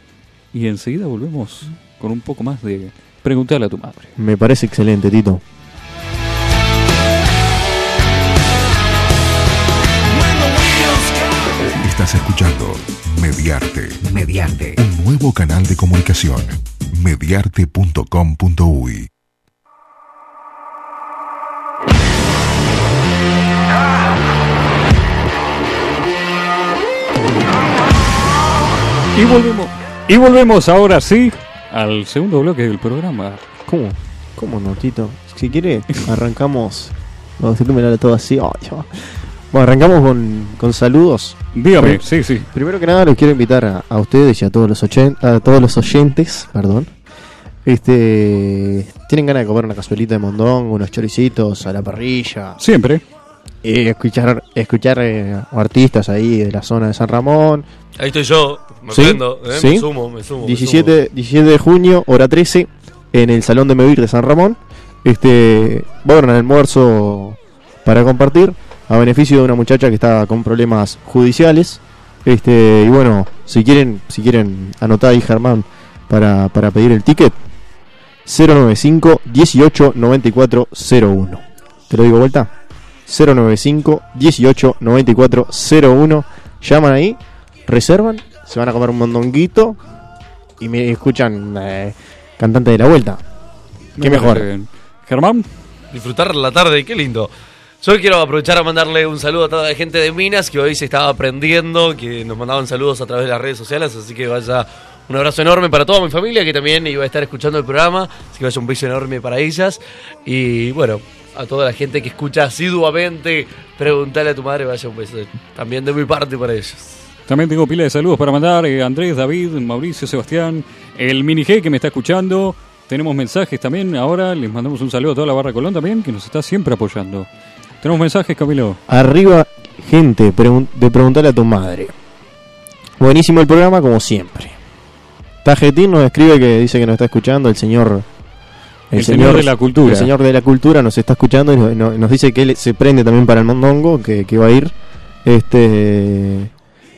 S2: y enseguida volvemos con un poco más de preguntarle a tu madre?
S3: Me parece excelente, Tito.
S4: Estás escuchando Mediarte,
S6: Mediante.
S4: un nuevo canal de comunicación. Mediarte.com.uy
S2: Y volvemos, y volvemos ahora sí al segundo bloque del programa.
S3: ¿Cómo? ¿Cómo no, Tito? Si quiere, arrancamos. Vamos a terminar todo así. Ay, ya. Bueno, arrancamos con, con saludos.
S2: Dígame,
S3: Bueno.
S2: sí, sí.
S3: Primero que nada los quiero invitar a, a ustedes y a todos los ochen- a todos los oyentes, perdón. Este tienen ganas de comer una cazuelita de mondongo, unos choricitos a la parrilla,
S2: Siempre.
S3: eh, escuchar escuchar eh, artistas ahí de la zona de San Ramón.
S5: Ahí estoy yo. Me
S3: ¿Sí?
S5: prendo. ¿eh?
S3: ¿Sí?
S5: Me sumo, me sumo. me
S3: 17, 17 de junio, hora 13, en el Salón de Mevir de San Ramón. Este, va a haber un almuerzo para compartir a beneficio de una muchacha que está con problemas judiciales. Este, y bueno, si quieren, si quieren anotar ahí Germán para, para pedir el ticket 095 18 94 01. Te lo digo vuelta. 095 18 94 01. Llaman ahí, reservan, se van a comer un mondonguito y me escuchan eh, cantante de la vuelta. Qué
S2: Me
S3: mejor.
S2: parece bien. Germán,
S5: sumo. Disfrutar la tarde, qué lindo. Yo quiero aprovechar a mandarle un saludo a toda la gente de Minas que hoy se estaba aprendiendo, que nos mandaban saludos a través de las redes sociales, así que vaya un abrazo enorme para toda mi familia que también iba a estar escuchando el programa, así que vaya un beso enorme para ellas. Y bueno, a toda la gente que escucha asiduamente, preguntarle a tu madre, vaya un beso también de mi parte para ellos.
S2: También tengo pila de saludos para mandar. eh, Andrés, David, Mauricio, Sebastián, el mini G que me está escuchando. Tenemos mensajes también. Ahora les mandamos un saludo a toda la barra Colón también, que nos está siempre apoyando. Tenemos mensajes, Camilo.
S3: Arriba, gente, pregun- de preguntarle a tu madre. Buenísimo el programa, como siempre. Tajetín nos escribe que dice que nos está escuchando el señor.
S2: El señor de la cultura.
S3: El señor de la cultura nos está escuchando y no- no- nos dice que él se prende también para el mondongo, que, que va a ir. Este.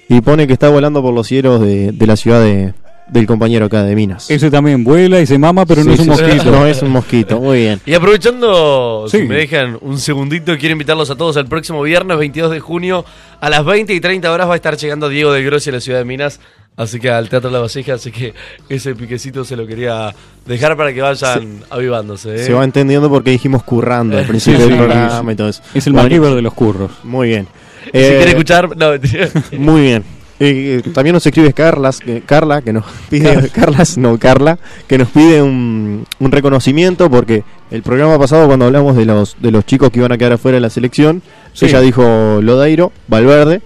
S3: Y pone que está volando por los cielos de, de la ciudad de, del compañero acá de Minas.
S2: Ese también vuela y se mama, pero no
S3: Sí,
S2: es un
S3: sí, sí.
S2: mosquito.
S3: No es un mosquito, muy bien.
S5: Y aprovechando,
S2: Sí.
S5: si me dejan un segundito, quiero invitarlos a todos al próximo viernes 22 de junio a las 20 y 30 horas va a estar llegando Diego de Grossi a la ciudad de Minas, así que al Teatro La Vasija, así que ese piquecito se lo quería dejar para que vayan avivándose. ¿eh?
S3: Se va entendiendo porque dijimos currando al principio
S2: Sí,
S3: del
S2: sí,
S3: programa
S2: sí.
S3: y todo eso.
S2: Es el
S3: Bueno,
S2: MacGyver de los curros.
S3: Muy bien.
S5: Y si
S3: Eh,
S5: quiere escuchar, no, mentira.
S3: Muy bien. Eh, eh, también nos escribe Carlas, que- Carla, que nos pide, Carlas, no, Carla, que nos pide un, un reconocimiento porque el programa pasado cuando hablamos de los, de los chicos que iban a quedar afuera de la selección,
S2: Sí.
S3: ella dijo Lodairo, Valverde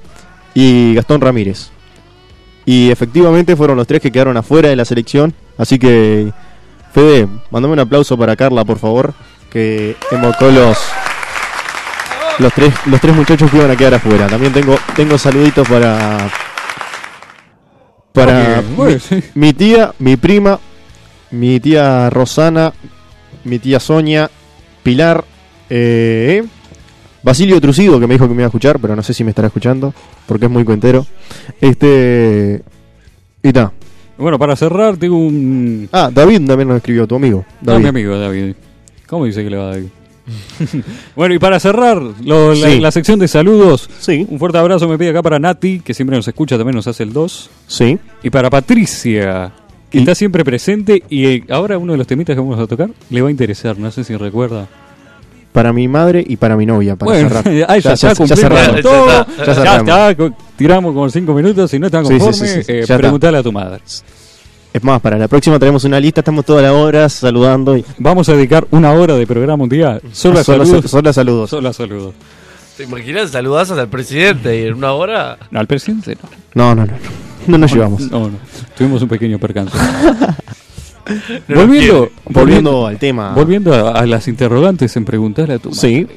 S3: y Gastón Ramírez. Y efectivamente fueron los tres que quedaron afuera de la selección, así que Fede, mandame un aplauso para Carla, por favor, que evocó los los tres, los tres muchachos que iban a quedar afuera. También tengo, tengo saluditos para. Para
S2: Ok, bueno, sí.
S3: mi tía, mi prima, mi tía Rosana, mi tía Sonia, Pilar, eh, Basilio Trucido, que me dijo que me iba a escuchar, pero no sé si me estará escuchando, porque es muy cuentero. Este. Y ta.
S2: Bueno, para cerrar, tengo un.
S3: Ah, David también nos escribió, tu amigo.
S2: Ah,
S3: David.
S2: mi amigo David. ¿Cómo dice que le va a David? bueno, y para cerrar lo- la,
S3: Sí.
S2: la sección de saludos,
S3: Sí,
S2: un fuerte abrazo me pide acá para Nati, que siempre nos escucha, también nos hace el 2.
S3: sí.
S2: Y para Patricia, que
S3: Y-
S2: está siempre presente y eh, ahora uno de los temitas que vamos a tocar le va a interesar, no sé si recuerda.
S3: Para mi madre y para mi novia, para
S2: bueno,
S3: cerrar.
S2: ahí ya, ya, cumplimos
S3: cerramos.
S2: todo,
S5: Ya
S2: ya,
S3: está. Ya
S2: está, co- tiramos como 5 minutos, si no está
S3: Sí, sí,
S2: conforme,
S3: sí, sí,
S2: eh,
S3: ya está.
S2: preguntale a tu madre.
S3: Es más, para la próxima tenemos una lista, estamos toda la hora saludando y Ah,
S2: Vamos a dedicar una hora de programa un día solo a
S3: solo,
S2: saludos.
S3: solo saludos.
S2: Solo a saludos.
S5: ¿Te imaginas saludazas al presidente y en una hora?
S2: No, al presidente no.
S3: No, no, no. No, no nos llevamos.
S2: No, no. Tuvimos un pequeño percance.
S5: No lo
S2: volviendo, volviendo,
S3: Volviendo al tema.
S2: volviendo a, a las interrogantes en preguntarle a tu madre.
S3: Sí.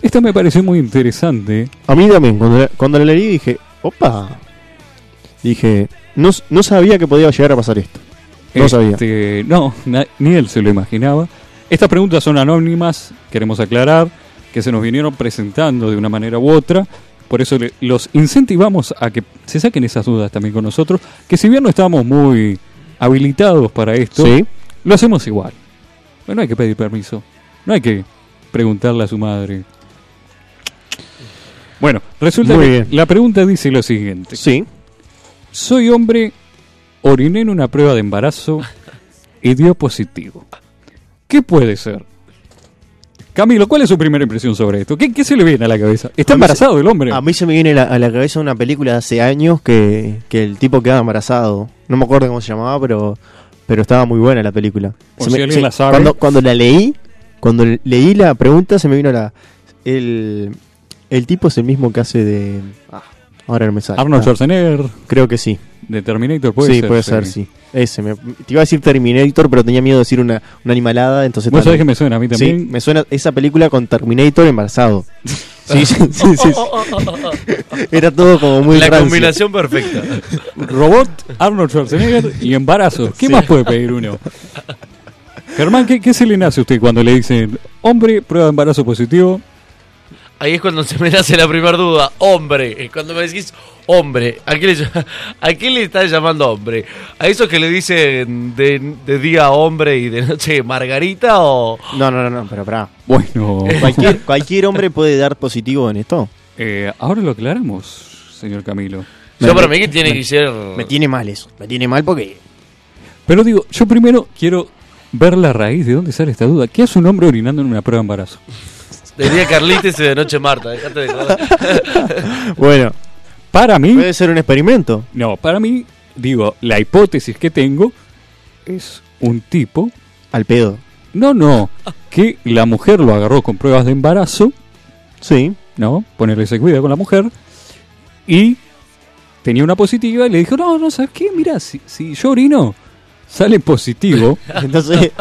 S2: Esta me pareció muy interesante.
S3: A mí también, cuando la, cuando la leí dije, opa. Dije, no, s- no sabía que podía llegar a pasar esto. No sabía.
S2: Este, No, na- ni él se lo imaginaba. Estas preguntas son anónimas, queremos aclarar, que se nos vinieron presentando de una manera u otra. Por eso le- los incentivamos a que se saquen esas dudas también con nosotros, que si bien no estamos muy habilitados para esto,
S3: Sí.
S2: lo hacemos igual. Bueno, no hay que pedir permiso, no hay que preguntarle a su madre. Bueno, resulta
S3: Muy
S2: que
S3: bien.
S2: la pregunta dice lo siguiente.
S3: Sí.
S2: Soy hombre, oriné en una prueba de embarazo y dio positivo. ¿Qué puede ser? Camilo, ¿cuál es su primera impresión sobre esto? ¿Qué, qué se le viene a la cabeza? Está
S3: A mí se-
S2: embarazado el hombre.
S3: A mí se me viene la- a la cabeza una película de hace años que, que el tipo quedaba embarazado. No me acuerdo cómo se llamaba, pero, pero estaba muy buena la película.
S2: Por
S3: Se
S2: si
S3: me-
S2: alguien
S3: se-
S2: la sabe.
S3: Cuando, cuando la leí, cuando le- leí la pregunta, se me vino la. El, el tipo es el mismo que hace de. ah, ahora no me sale.
S2: Arnold
S3: Ah,
S2: Schwarzenegger,
S3: creo que sí.
S2: de Terminator, puede
S3: sí,
S2: ser.
S3: puede ser, sí. Ese. me- te iba a decir Terminator, pero tenía miedo de decir una, una animalada, entonces.
S2: Vos
S3: tal-
S2: sabés que me suena a mí
S3: Sí,
S2: también.
S3: me suena esa película con Terminator embarazado. Sí, sí, sí, sí, sí. Era todo como muy
S5: la
S3: rancio.
S5: combinación perfecta.
S2: Robot, Arnold Schwarzenegger y embarazo. ¿Qué más puede pedir uno? Germán, ¿qué, ¿qué se le nace a usted cuando le dicen hombre, prueba de embarazo positivo?
S5: Ahí es cuando se me nace la primera duda. Hombre, es cuando me decís hombre, ¿a qué le, ll- a qué le estás llamando hombre? ¿A esos que le dicen de, de día hombre y de noche margarita o...?
S3: No, no, no, no, pero pará.
S2: Bueno,
S3: ¿Cualquier, cualquier hombre puede dar positivo en esto.
S2: eh, ahora lo aclaramos, señor Camilo.
S5: Yo para mí que tiene que ser...
S3: Me tiene mal eso. Me tiene mal porque.
S2: Pero digo, yo primero quiero ver la raíz de dónde sale esta duda. ¿Qué hace un hombre orinando en una prueba de embarazo?
S5: De día Carlitos y de noche Marta, dejate de joder.
S3: Bueno,
S2: Para mí,
S3: puede ser un experimento.
S2: no, para mí, digo, la hipótesis que tengo es un tipo,
S3: Al pedo.
S2: no, no, que la mujer lo agarró con pruebas de embarazo,
S3: Sí.
S2: ¿no? Ponerle se cuida con la mujer y tenía una positiva y le dijo, no, no, ¿sabes qué? Mira, si, si yo orino, sale positivo.
S3: Entonces,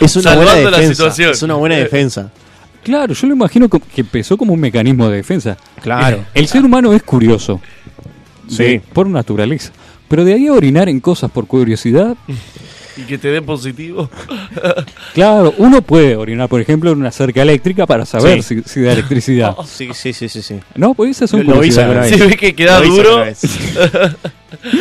S3: es una
S5: Salvando
S3: buena
S5: la
S3: defensa.
S5: situación.
S3: Es una buena defensa.
S2: Claro, yo lo imagino co- que empezó como un mecanismo de defensa. Eh,
S3: Claro.
S2: El ser humano es curioso.
S3: Sí.
S2: de- por naturaleza. Pero de ahí a orinar en cosas por curiosidad,
S5: y que te den positivo.
S2: Claro, uno puede orinar, por ejemplo, en una cerca eléctrica para saber si, si da electricidad.
S3: Sí, sí, sí, sí. sí.
S2: No, pues esas son
S3: Oh. Lo- lo hice alguna
S2: curiosidades.
S3: vez.
S5: Si ves que queda
S3: Lo hice
S5: duro,
S3: otra vez.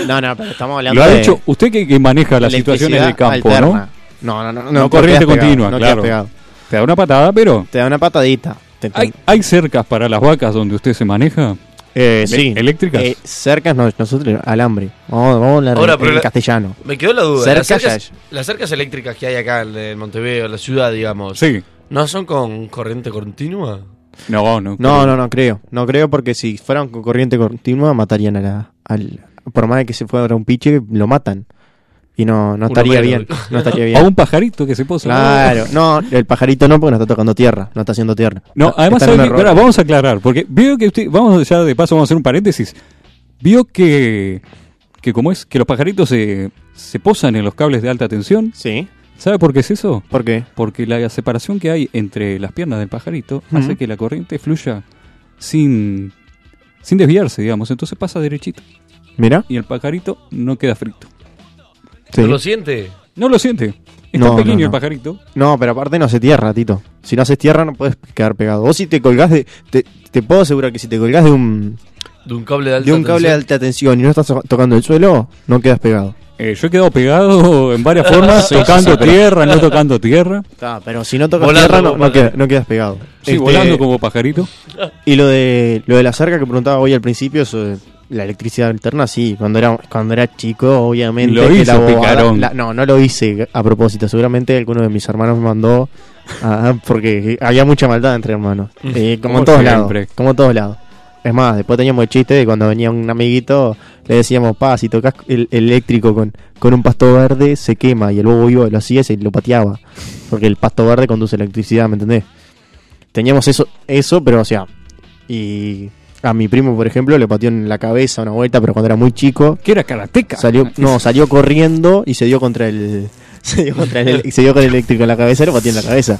S3: no, no, pero estamos hablando
S2: Lo ha
S3: de
S2: hecho usted que, que maneja las
S3: electricidad
S2: situaciones de campo,
S3: alterna. No, no, no. No,
S2: No
S3: te
S2: corriente
S3: quedas pegado,
S2: continua,
S3: no te
S2: claro.
S3: quedas pegado.
S2: ¿no? Te da una patada, pero
S3: Te da una patadita. Te-
S2: ¿hay, hay cercas para las vacas donde usted se maneja?
S3: eh, sí.
S2: ¿E- eléctricas?
S3: Eh, cercas no, nosotros alambre. Vamos, vamos a hablar
S5: Ahora,
S3: en-
S5: pero
S3: en
S5: la-
S3: castellano.
S5: me quedó la duda. las,
S3: Cerca ya
S5: cercas, las cercas eléctricas que hay acá en, en Montevideo, en la ciudad, digamos,
S2: Sí.
S5: ¿no son con corriente continua?
S2: No, no.
S3: No, no, no creo. No creo porque si fueran con corriente continua matarían a la, al... Por más de que se fuera un piche, lo matan. Y no, no
S5: Uno
S3: estaría bien.
S5: menos.
S3: No estaría
S2: A
S3: bien.
S2: un pajarito que se posa.
S3: Claro. No, el pajarito no porque no está tocando tierra. No está haciendo tierra.
S2: No,
S3: Está-
S2: además,
S3: Ah, está en
S2: ¿sabe
S3: un
S2: qué?
S3: error.
S2: Pará, vamos a aclarar, porque veo que usted, vamos ya de paso, vamos a hacer un paréntesis. Vio que, que como es, que los pajaritos se, se posan en los cables de alta tensión.
S3: Sí.
S2: ¿Sabe por qué es eso?
S3: ¿Por qué?
S2: Porque la separación que hay entre las piernas del pajarito hace que la corriente fluya sin, sin desviarse, digamos. Entonces pasa derechito
S3: Mira.
S2: y el pajarito no queda frito.
S3: Sí.
S5: ¿No lo siente?
S2: No lo siente. Es
S3: No,
S2: tan
S3: no,
S2: pequeño el
S3: no.
S2: pajarito.
S3: No, pero aparte no hace tierra, Tito. Si no haces tierra no puedes quedar pegado. Vos si te colgás de... Te, te puedo asegurar que si te colgás de un,
S5: De un cable de alta
S3: de un cable de
S5: tensión.
S3: alta tensión y no estás to- tocando el suelo, no quedas pegado.
S2: Eh, yo he quedado pegado en varias formas, tocando tierra, no tocando tierra.
S3: Ah, pero si no tocas
S5: Volando
S3: tierra no,
S5: como
S3: no
S5: pajarito.
S3: queda- no quedas pegado.
S2: Sí,
S3: Este,
S2: volando como pajarito.
S3: Y lo de, lo de la cerca que preguntaba hoy al principio, eso de la electricidad alterna, sí, cuando era, cuando era chico, obviamente.
S2: Lo
S3: que
S2: hizo,
S3: la bobada-
S2: picarón.
S3: la- no, no lo hice a propósito. Seguramente alguno de mis hermanos me mandó, ah, porque había mucha maldad entre hermanos. Eh, como
S2: Como
S3: en todos
S2: siempre.
S3: lados. Como en todos lados. Es más, después teníamos el chiste de cuando venía un amiguito, le decíamos, pa, si tocas el, el eléctrico con, con un pasto verde, se quema. Y el bobo vivo lo hacía y se lo pateaba. Porque el pasto verde conduce electricidad, ¿me entendés? Teníamos eso, eso pero o sea, y a mi primo, por ejemplo, le pateó en la cabeza una vuelta, pero cuando era muy chico,
S2: Que era karateca.
S3: salió, no, salió corriendo y se dio contra el. Se dio, contra el, ele- se dio con el eléctrico en la cabeza y lo pateó en la cabeza.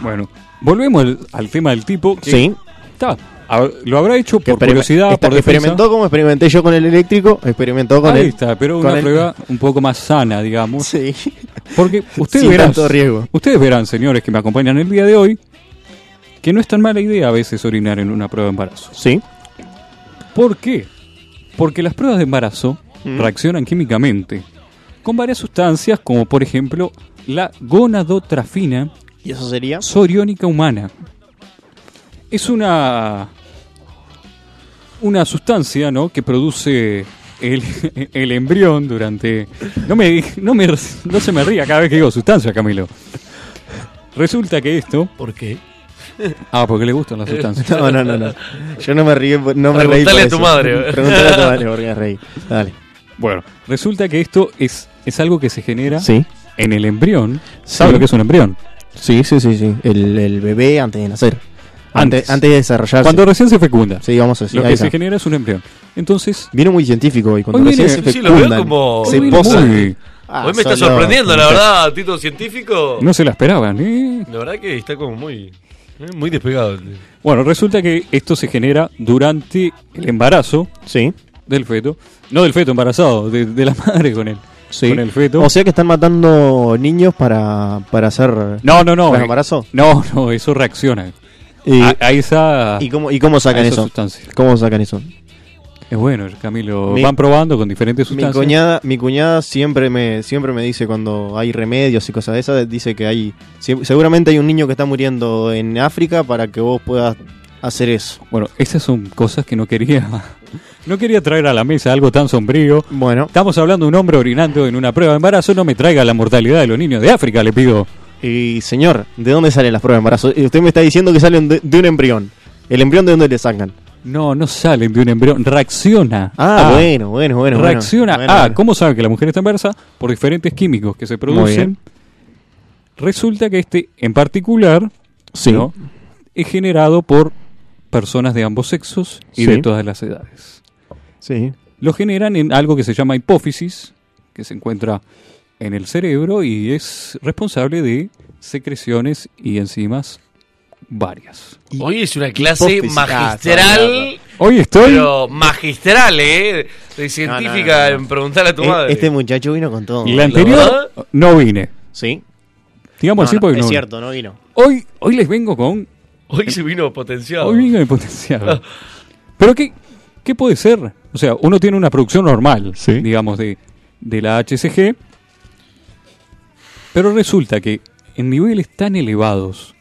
S2: Bueno, volvemos al, al tema del tipo. que
S3: Sí.
S2: Está, a- lo habrá hecho
S3: que
S2: por
S3: experime-
S2: curiosidad,
S3: está-
S2: por defensa.
S3: experimentó como experimenté yo con el eléctrico, experimentó con
S2: Ahí
S3: el.
S2: está, pero
S3: con
S2: una
S3: el-
S2: prueba un poco más sana, digamos.
S3: Sí.
S2: Porque ustedes
S3: Sin
S2: verán,
S3: tanto riesgo.
S2: ustedes verán, señores que me acompañan el día de hoy, que no es tan mala idea a veces orinar en una prueba de embarazo.
S3: Sí.
S2: ¿Por qué? Porque las pruebas de embarazo
S3: Mm.
S2: reaccionan químicamente con varias sustancias, como por ejemplo la gonadotrafina,
S3: Y eso sería.
S2: soriónica humana. Es una una sustancia, ¿no? Que produce el, el embrión durante no me no me no se me ría cada vez que digo sustancia, Camilo. Resulta que esto
S5: ¿Por qué?
S2: ah porque le gustan las sustancias.
S3: No, no, no, no. Yo no me río, no me reí.
S5: Preguntale
S3: por
S5: a
S3: eso.
S5: tu madre.
S3: Preguntale a tu madre porque me reí. Dale.
S2: Bueno, resulta que esto es es algo que se genera
S3: Sí.
S2: en el embrión.
S3: Sí.
S2: ¿Sabe lo que es un embrión?
S3: Sí, sí, sí, sí. El, el bebé antes de nacer.
S2: Antes.
S3: Antes, antes de desarrollarse.
S2: Cuando recién se fecunda.
S3: Ah, Sí, vamos a decir.
S2: lo
S3: ahí
S2: que se
S3: está.
S2: genera es un embrión. Entonces,
S3: Vino muy científico hoy. Cuando
S2: Hoy
S3: recién
S2: viene-
S3: se
S5: Sí, lo veo
S3: fecundan,
S5: como-
S3: Se
S5: Hoy
S2: Uy,
S5: viene
S3: posan.
S2: muy-
S3: Ah,
S5: Hoy me está
S3: son los-
S5: sorprendiendo, la verdad, Tito Científico.
S2: no se la esperaban, ¿eh?
S5: La verdad que está como muy, eh, muy despegado. el-
S2: Bueno, resulta que esto se genera durante el embarazo
S3: Sí,
S2: del feto, no del feto embarazado, de, de la madre con él.
S3: sí.
S2: Con el feto.
S3: O sea que están matando niños para, para hacer.
S2: no, no, no.
S3: ¿Para
S2: eh,
S3: embarazo?
S2: No, no, eso reacciona.
S3: Y,
S2: a, a esa,
S3: y cómo, ¿Y cómo
S2: a
S3: sacan
S2: esa
S3: eso?
S2: Ah, sustancia.
S3: ¿Cómo sacan eso?
S2: Es bueno, Camilo.
S3: Mi-
S2: van probando con diferentes
S3: Mi
S2: sustancias.
S3: cuñada, mi cuñada siempre me siempre me dice cuando hay remedios y cosas de esas, dice que hay sie- seguramente hay un niño que está muriendo en África para que vos puedas hacer eso.
S2: Bueno, esas son cosas que no quería. No quería traer a la mesa algo tan sombrío.
S3: Bueno,
S2: Estamos hablando de un hombre orinando en una prueba de embarazo. No me traiga la mortalidad de los niños de África, le pido.
S3: y señor, ¿de dónde salen las pruebas de embarazo? Y Usted me está diciendo que salen de, de un embrión. ¿El embrión de dónde le sacan?
S2: No, no salen de un embrión. Reacciona.
S3: Ah,
S2: a-
S3: bueno, bueno, bueno. bueno.
S2: reacciona
S3: Bueno,
S2: a
S3: bueno.
S2: cómo sabe que la mujer está embarazada por diferentes químicos que se
S3: bien.
S2: producen. Resulta que este en particular
S3: Sí.
S2: ¿no? es generado por personas de ambos sexos y
S3: Sí.
S2: de todas las edades.
S3: Sí.
S2: Lo generan en algo que se llama hipófisis, que se encuentra en el cerebro y es responsable de secreciones y enzimas varias.
S5: Hoy es una clase
S3: hipófisis. Ah,
S5: magistral
S2: Hoy estoy.
S5: Pero magistral, ¿eh? De científica
S3: no, no.
S5: en preguntarle a tu
S3: Eh,
S5: madre.
S3: Este muchacho vino con todo.
S2: la anterior no vine.
S3: ¿Sí?
S2: Digamos así
S3: No, no,
S2: porque
S3: es
S2: no.
S3: cierto, no vino.
S2: Hoy, hoy les vengo con.
S5: Hoy se vino potenciado.
S2: Hoy vengo de potenciado. Pero ¿qué, ¿qué puede ser? O sea, uno tiene una producción normal,
S6: Sí.
S2: digamos, de, de la HCG. Pero resulta que en niveles tan elevados,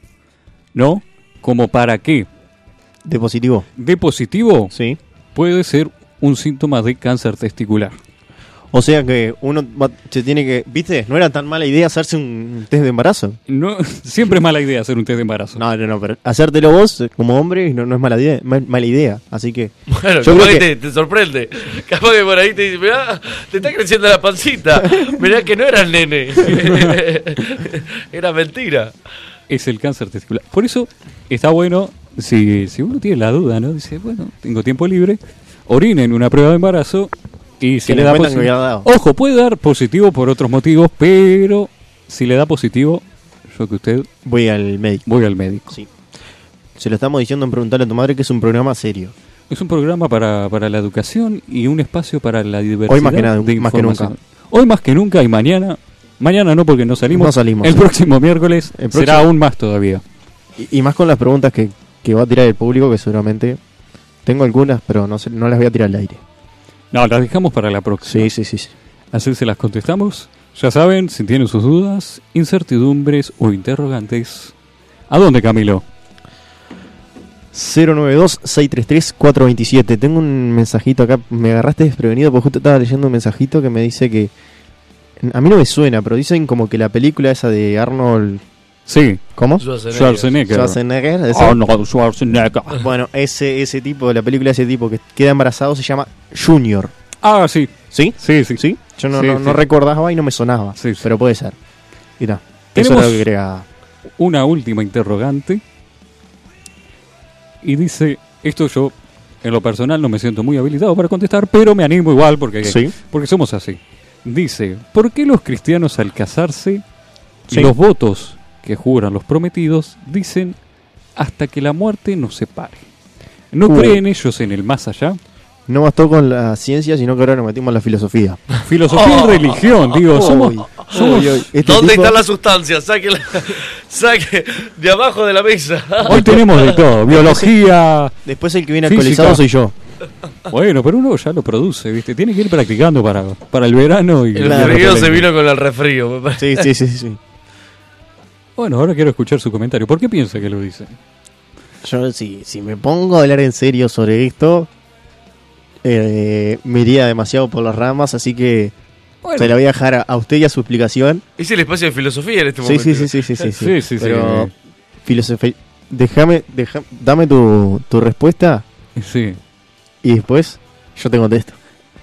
S2: ¿no? Como para que
S3: De positivo.
S2: de positivo
S3: Sí.
S2: puede ser un síntoma de cáncer testicular.
S3: O sea que uno va- se tiene que. ¿Viste? No era tan mala idea hacerse un test de embarazo.
S2: No, siempre es mala idea hacer un test de embarazo.
S3: No, no, no, pero hacértelo vos eh, como hombre no, no es mala idea, ma- mala idea. Así que.
S5: Bueno, este-
S3: yo
S5: capaz
S3: creo que-
S5: que, te, te sorprende. Capaz que por ahí te dice, mirá, te está creciendo la pancita. Mirá que no eras nene. Era mentira.
S2: es el cáncer testicular. Por eso está bueno, si, si uno tiene la duda, ¿no? Dice, bueno, tengo tiempo libre, orina en una prueba de embarazo y si
S3: Que
S2: le
S3: le
S2: da
S3: cuentan que
S2: positivo.
S3: había dado.
S2: Ojo, puede dar positivo por otros motivos, pero si le da positivo, yo que usted
S3: Voy al médico.
S2: voy al médico.
S3: Sí. Se lo estamos diciendo en preguntarle a tu madre que es un programa serio.
S2: Es un programa para, para la educación y un espacio para la diversidad.
S3: Hoy más que nada,
S2: de
S3: más que nunca.
S2: información. Hoy más que nunca y mañana. Mañana no, porque no salimos.
S3: No salimos.
S2: El próximo miércoles
S3: El próximo-
S2: será aún más todavía.
S3: Y, y más con las preguntas que, que va a tirar el público, que seguramente. Tengo algunas, pero no, sé- no las voy a tirar al aire.
S2: No, las dejamos para la próxima.
S3: Sí, sí, sí. sí.
S2: Así se las contestamos. Ya saben, si tienen sus dudas, incertidumbres o interrogantes. ¿A dónde, Camilo?
S3: 092-633-427. Tengo un mensajito acá. Me agarraste desprevenido porque justo estaba leyendo un mensajito que me dice que. A mí no me suena, pero dicen como que la película esa de Arnold.
S2: Sí,
S3: ¿Cómo?
S2: Schwarzenegger.
S3: Schwarzenegger. ¿esa?
S2: Arnold Schwarzenegger.
S3: Bueno, ese, ese tipo, la película de ese tipo que queda embarazado se llama Junior.
S2: Ah, sí,
S3: ¿Sí?
S2: sí, sí.
S3: ¿Sí? Yo no,
S2: Sí,
S3: no,
S2: sí.
S3: no recordaba y no me sonaba.
S2: Sí, sí.
S3: Pero puede ser. Mira, eso
S2: Tenemos-
S3: era lo que agregaba.
S2: Una última interrogante. Y dice, esto yo en lo personal no me siento muy habilitado para contestar, pero me animo igual porque,
S3: Sí.
S2: porque somos así. Dice, ¿por qué los cristianos al casarse
S3: Sí.
S2: los votos que juran los prometidos dicen hasta que la muerte nos separe? ¿No
S3: Uh.
S2: creen ellos en el más allá?
S3: No bastó con la ciencia, sino que ahora nos metimos en la filosofía.
S2: Filosofía
S5: Oh.
S2: y religión, digo, somos...
S3: Uy,
S2: somos-
S3: uy, uy. Este
S5: ¿Dónde
S3: tipo-
S5: están las sustancias? Saque, la- saque de abajo de la mesa.
S2: Hoy tenemos de todo, biología...
S3: Después el que viene
S2: Física.
S3: alcoholizado soy yo.
S2: Bueno, pero uno ya lo produce, ¿viste? Tiene que ir practicando para, para el verano y...
S5: El
S3: Claro,
S5: frío se
S3: totalmente.
S5: vino con el refrío. me parece.
S3: Sí, sí, sí, sí.
S2: Bueno, ahora quiero escuchar su comentario. ¿Por qué piensa que lo dice?
S3: Yo, si, si me pongo a hablar en serio sobre esto, eh, me iría demasiado por las ramas, así que se la voy a dejar a, a usted y a su explicación.
S5: Es el espacio de filosofía en este
S3: Sí,
S5: momento.
S3: sí, sí, sí, sí, sí, sí.
S2: Sí, sí, sí.
S3: Pero, filosofía, déjame, deja- dame tu, tu respuesta
S2: Sí.
S3: y después yo te contesto.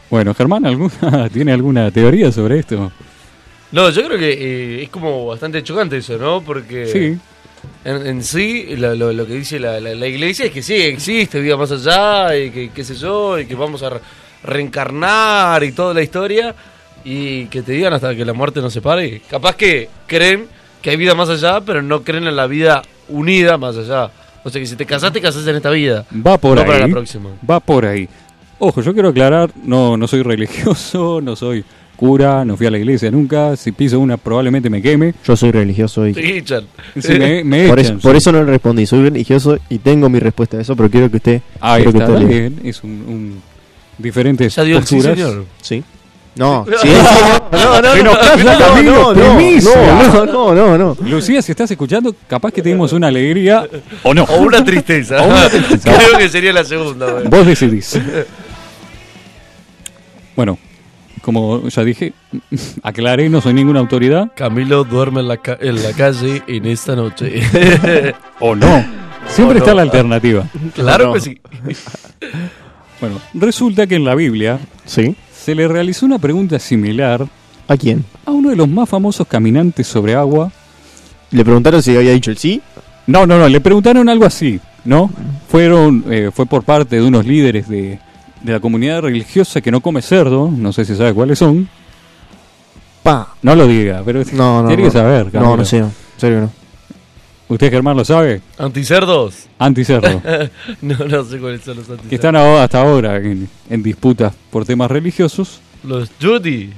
S2: Bueno, Germán, ¿alguna, ¿tiene alguna teoría sobre esto?
S5: No, yo creo que eh, es como bastante chocante eso, ¿no? Porque
S2: Sí.
S5: en, en sí lo, lo- lo que dice la, la- la iglesia es que sí, existe vida más allá, y que qué sé yo, y que vamos a re- reencarnar y toda la historia, y que te digan hasta que la muerte nos separe. Capaz que creen que hay vida más allá, pero no creen en la vida unida más allá. O sea que si te casaste, casás en esta vida.
S2: Va por
S5: no
S2: ahí.
S5: para la próxima.
S2: Va por ahí. Ojo, yo quiero aclarar, no, no soy religioso, no soy cura, no fui a la iglesia nunca. Si piso una probablemente me queme.
S3: Yo soy religioso y...
S5: Sí, Chan.
S2: Si me, me
S3: Por,
S2: echan,
S3: eso, por
S2: sí.
S3: eso no le respondí, soy religioso y tengo mi respuesta a eso, pero quiero que usted...
S2: Ahí
S3: quiero que
S2: está,
S3: usted lea.
S2: bien. Es un, un diferentes
S5: Ya dio el sí,
S2: posturas.
S5: señor.
S3: Sí. No,
S5: No.
S3: sí. No, no, no.
S2: Se nos casa, Camilo,
S3: no, no,
S2: primicia.
S3: no, no, no, no.
S2: Lucía, si estás escuchando, capaz que tenemos una alegría o no.
S5: O una tristeza.
S2: O una tristeza.
S5: Creo que sería la segunda. güey.
S2: Vos decidís. Bueno, como ya dije, aclaré, no soy ninguna autoridad.
S5: Camilo duerme en la, ca- en la calle en esta noche.
S2: O no. Siempre
S5: O
S2: está
S5: no.
S2: la alternativa.
S5: claro
S3: No.
S5: que sí.
S2: Bueno, resulta que en la Biblia
S3: ¿Sí?
S2: se le realizó una pregunta similar
S3: ¿A quién?
S2: a uno de los más famosos caminantes sobre agua.
S3: Le preguntaron si había dicho el sí.
S2: No, no, no, le preguntaron algo así, ¿no? Fueron, eh, fue por parte de unos líderes de, de la comunidad religiosa que no come cerdo, no sé si sabe cuáles son.
S3: Pa.
S2: No lo diga, pero
S3: No, no.
S2: tiene
S3: no.
S2: que saber.
S3: No,
S2: Camilo.
S3: no sé. no. En serio que no.
S2: Usted, Germán, lo sabe.
S5: ¿Anticerdos?
S2: Anticerdo.
S5: no, no sé cuáles son los
S2: que
S5: anticerdos.
S2: están ahora- hasta ahora en, en disputas por temas religiosos.
S5: Los Judy.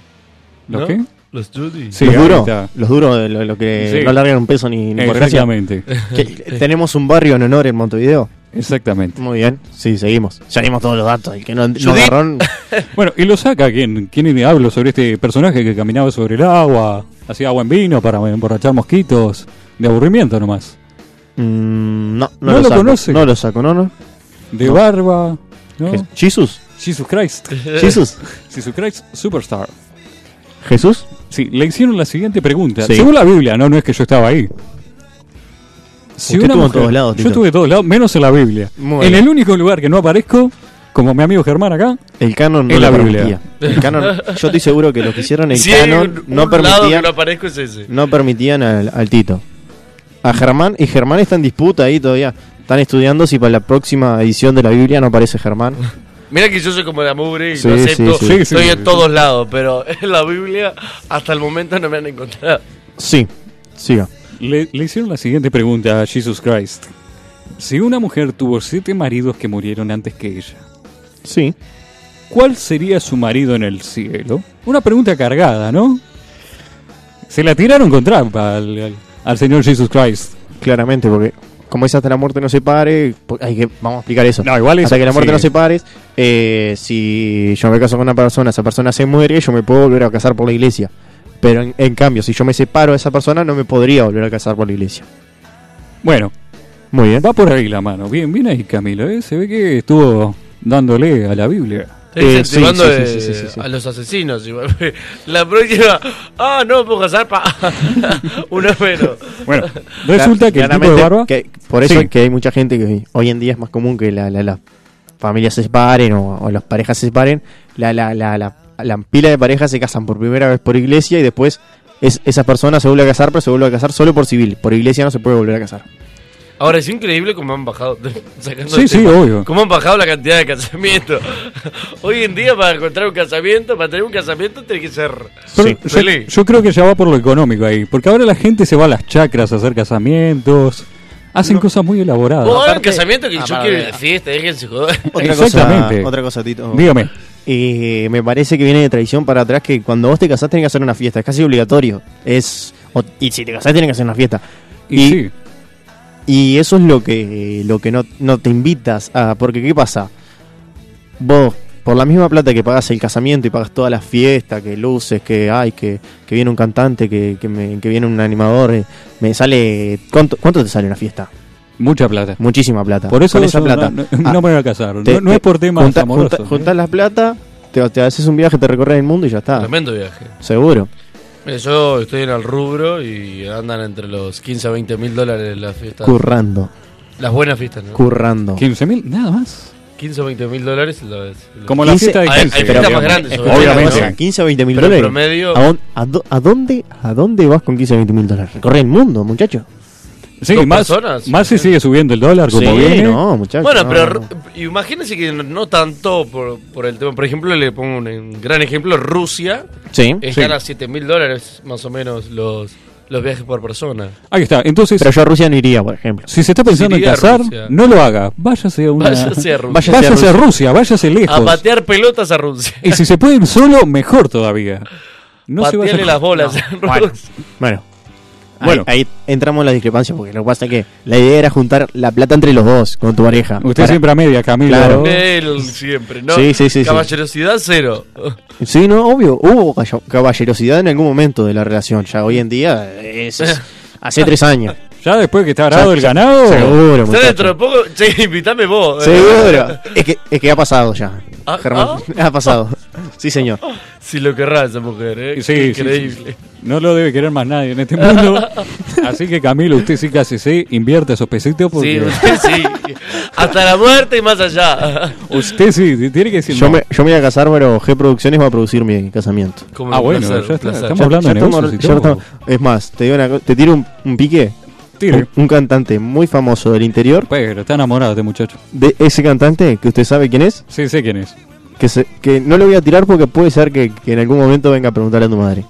S2: ¿Los
S5: ¿no?
S2: qué?
S5: Los Judy.
S2: Sí,
S3: los duros,
S2: ahorita.
S3: los duros, de lo, lo que
S2: Sí.
S3: no largan un peso ni, ni por gracia.
S2: Exactamente.
S3: Que- eh, tenemos un barrio en honor en Montevideo.
S2: Exactamente.
S3: Muy bien, sí, seguimos. Ya dimos todos los datos. El que no, no
S5: Judith.
S3: agarró,
S2: Bueno, y lo saca quien, quien hablo sobre este personaje que caminaba sobre el agua, hacía agua en vino para emborrachar mosquitos, de aburrimiento nomás.
S3: Mm, no, no,
S2: No lo
S3: saco.
S2: conoce.
S3: No lo saco, no, no.
S2: De
S3: No.
S2: barba, ¿no?
S3: Je- Jesus.
S2: Jesus Christ.
S3: Jesus.
S2: Jesus Christ Superstar.
S3: Jesús.
S2: Sí, le hicieron la siguiente pregunta.
S3: Sí.
S2: Según la Biblia, no, no es que yo estaba ahí. Si
S3: Usted
S2: una
S3: estuvo en todos lados,
S2: Yo
S3: Tito.
S2: estuve en todos lados, menos en la Biblia.
S3: Muy
S2: en
S3: bien.
S2: el único lugar que no aparezco, como mi amigo Germán acá,
S3: El canon no
S2: En
S3: lo
S2: la
S3: permitía. El canon, yo estoy seguro que lo que hicieron el
S5: Si hay
S3: canon
S5: un-
S3: no
S5: un lado que
S3: permitían,
S5: no aparezco es ese.
S3: no permitían al, al Tito. A Germán, y Germán está en disputa ahí todavía. Están estudiando si para la próxima edición de la Biblia no aparece Germán.
S5: Mira que yo soy como la mugre y
S3: Sí,
S5: lo acepto.
S2: sí. Sí,
S3: sí,
S2: sí,
S5: Estoy
S2: sí,
S5: en
S2: sí.
S5: todos lados, pero en la Biblia hasta el momento no me han encontrado.
S3: Sí, siga.
S2: le, le hicieron la siguiente pregunta a Jesus Christ. Si una mujer tuvo siete maridos que murieron antes que ella,
S3: Sí.
S2: ¿cuál sería su marido en el cielo? Una pregunta cargada, ¿no? Se la tiraron con trampa al, al- al señor Jesus Christ.
S3: Claramente, porque como dice hasta la muerte no se pare, po- hay que, vamos a explicar eso.
S2: No, igual
S3: hasta
S2: eso,
S3: que la muerte
S2: sí.
S3: no se pare, eh, si yo me caso con una persona, esa persona se muere, yo me puedo volver a casar por la iglesia. Pero en, en cambio, si yo me separo de esa persona, no me podría volver a casar por la iglesia.
S2: Bueno,
S3: Muy bien.
S2: va por ahí la mano. Bien, bien ahí Camilo, ¿eh? Se ve que estuvo dándole a la Biblia.
S5: Estoy
S3: Eh,
S5: incentivando
S3: sí, sí,
S5: eh,
S3: sí, sí, sí, sí, sí.
S5: a los asesinos. igual. La próxima. Ah, no, puedo casar pa. Uno menos.
S2: Bueno, resulta que el tipo de
S3: Claramente
S2: barba...
S3: que- por eso
S2: Sí.
S3: es que hay mucha gente que hoy en día es más común que la- la- las familias se separen o, o las parejas se separen. La, la, la, la, la pila de parejas se casan por primera vez por iglesia y después es, esa persona se vuelve a casar, pero se vuelve a casar solo por civil. Por iglesia no se puede volver a casar.
S5: Ahora es increíble cómo han bajado. sacando
S2: Sí,
S5: el
S2: sí,
S5: tema,
S2: obvio.
S5: Cómo han bajado la cantidad de casamientos. Hoy en día, para encontrar un casamiento, para tener un casamiento, tiene que ser.
S2: Pero
S3: Sí.
S2: yo-
S5: Feliz.
S2: yo, creo que ya va por lo económico ahí, porque ahora la gente se va a las chacras a hacer casamientos, hacen cosas muy elaboradas.
S5: Vos hagan
S3: aparte-
S5: casamiento que
S3: Ah,
S5: yo
S3: para
S5: quiero
S3: ver.
S5: ir de fiesta, déjense joder.
S3: Otra
S2: Exactamente.
S3: cosa, otra cosa, Tito.
S2: Dígame,
S3: Eh, me parece que viene de tradición para atrás que cuando vos te casás tenés que hacer una fiesta, es casi obligatorio. Es o- y si te casás tenés que hacer una fiesta.
S2: y,
S3: Y-
S2: sí,
S3: Y eso es lo que lo que no, no te invitas a porque qué pasa? Vos por la misma plata que pagas el casamiento y pagas todas las fiestas, que luces, que hay, que, que viene un cantante, que, que, me- que viene un animador, eh, me sale ¿cuánto, cuánto te sale una fiesta?
S2: mucha plata.
S3: Muchísima plata.
S2: Por eso
S3: Con esa
S2: yo
S3: plata.
S2: No,
S3: Ah,
S2: no- no me voy a casar, no-
S3: te-
S2: no,
S3: te-
S2: es por temas
S3: junta-
S2: amorosos.
S3: junta-
S2: ¿eh?
S3: juntás la plata, te, te haces un viaje, te recorres el mundo y ya está.
S5: Tremendo viaje.
S3: Seguro.
S5: Mira, Yo estoy en el rubro y andan entre los 15 a 20 mil dólares las fiestas.
S3: Currando,
S5: Las buenas fiestas, ¿no?
S3: currando.
S2: 15.000, nada más.
S5: 15 o 20 mil dólares la vez.
S2: Como la
S3: 15,
S2: fiesta de
S5: hay- hay
S2: 15.
S5: fiestas más
S2: digamos.
S5: grandes,
S3: Es que
S5: obviamente.
S3: una cosa, 15 o 20 mil
S5: Pero en
S3: dólares.
S5: promedio-
S3: ¿A, dónde- a dó- a dónde, ¿A dónde vas con 15 o 20 mil dólares? Recorre el mundo, muchacho.
S2: Sí,
S5: dos
S2: más,
S5: personas.
S2: más se sigue subiendo el dólar como viene.
S3: no, muchacho.
S5: Bueno,
S3: no,
S5: pero
S3: no.
S5: ru- imagínense que no, no tanto por, por el tema. Por ejemplo, le pongo un, un gran ejemplo: Rusia.
S3: Sí,
S5: Están
S2: Sí.
S5: a 7 mil dólares más o menos los, los viajes por persona.
S2: Ahí está, entonces,
S3: pero yo a Rusia no iría, por ejemplo.
S2: si se está pensando en
S5: Iría a
S2: casar,
S5: Rusia.
S2: no lo haga. Váyase a una...
S5: Váyase a Rusia.
S3: Váyase a
S2: Váyase a
S3: Rusia.
S2: Rusia, váyase
S5: A
S2: lejos.
S5: patear pelotas a Rusia.
S2: Y si se puede ir solo, mejor todavía. No se vaya
S5: Patearle las bolas a Rusia.
S3: Bueno. Ahí-
S2: Bueno.
S3: Ahí, entramos en la discrepancia, porque lo que pasa es que la idea era juntar la plata entre los dos con tu pareja.
S2: Usted
S3: Para-
S2: siempre a media, Camilo.
S3: Claro.
S5: Él siempre, ¿no?
S3: Sí, sí, sí, sí.
S5: Caballerosidad cero.
S3: Sí, no, obvio. Hubo calla- caballerosidad en algún momento de la relación. Ya hoy en día, eh, eso es hace tres años.
S2: Ya después que está arado
S3: Ya-
S2: el ganado.
S3: Seguro,
S5: Ya
S3: muchacho.
S5: dentro de poco, che, invítame vos. eh,
S3: Seguro. Es que, es que ha pasado ya.
S5: Ah,
S3: Germán, ha pasado. Sí, señor.
S5: Si lo querrá esa mujer, ¿eh?
S2: Sí,
S5: Qué
S2: sí,
S5: Increíble.
S2: No lo debe querer más nadie en este mundo. Así que Camilo, usted sí casi sí, invierte esos pesitos porque
S5: Sí, usted sí. Hasta la muerte y más allá.
S2: usted sí tiene que decir
S3: Yo
S2: no.
S3: me, yo me voy a casar, pero G Producciones va a producir mi casamiento.
S5: Como
S2: Ah,
S5: un
S2: bueno,
S5: placer,
S2: ya
S5: un
S2: está,
S5: placer.
S2: estamos hablando de
S3: estamos-
S2: negocios y
S3: ya
S2: todo.
S3: estamos- Es más, te digo una cosa, te tiro un, un pique.
S2: Tire.
S3: Un, un cantante muy famoso del interior.
S2: Pero está enamorado este muchacho.
S3: De ese cantante que usted sabe quién es.
S2: Sí, sé quién es.
S3: Que, se- que no le voy a tirar porque puede ser que, que en algún momento venga a preguntarle a tu madre.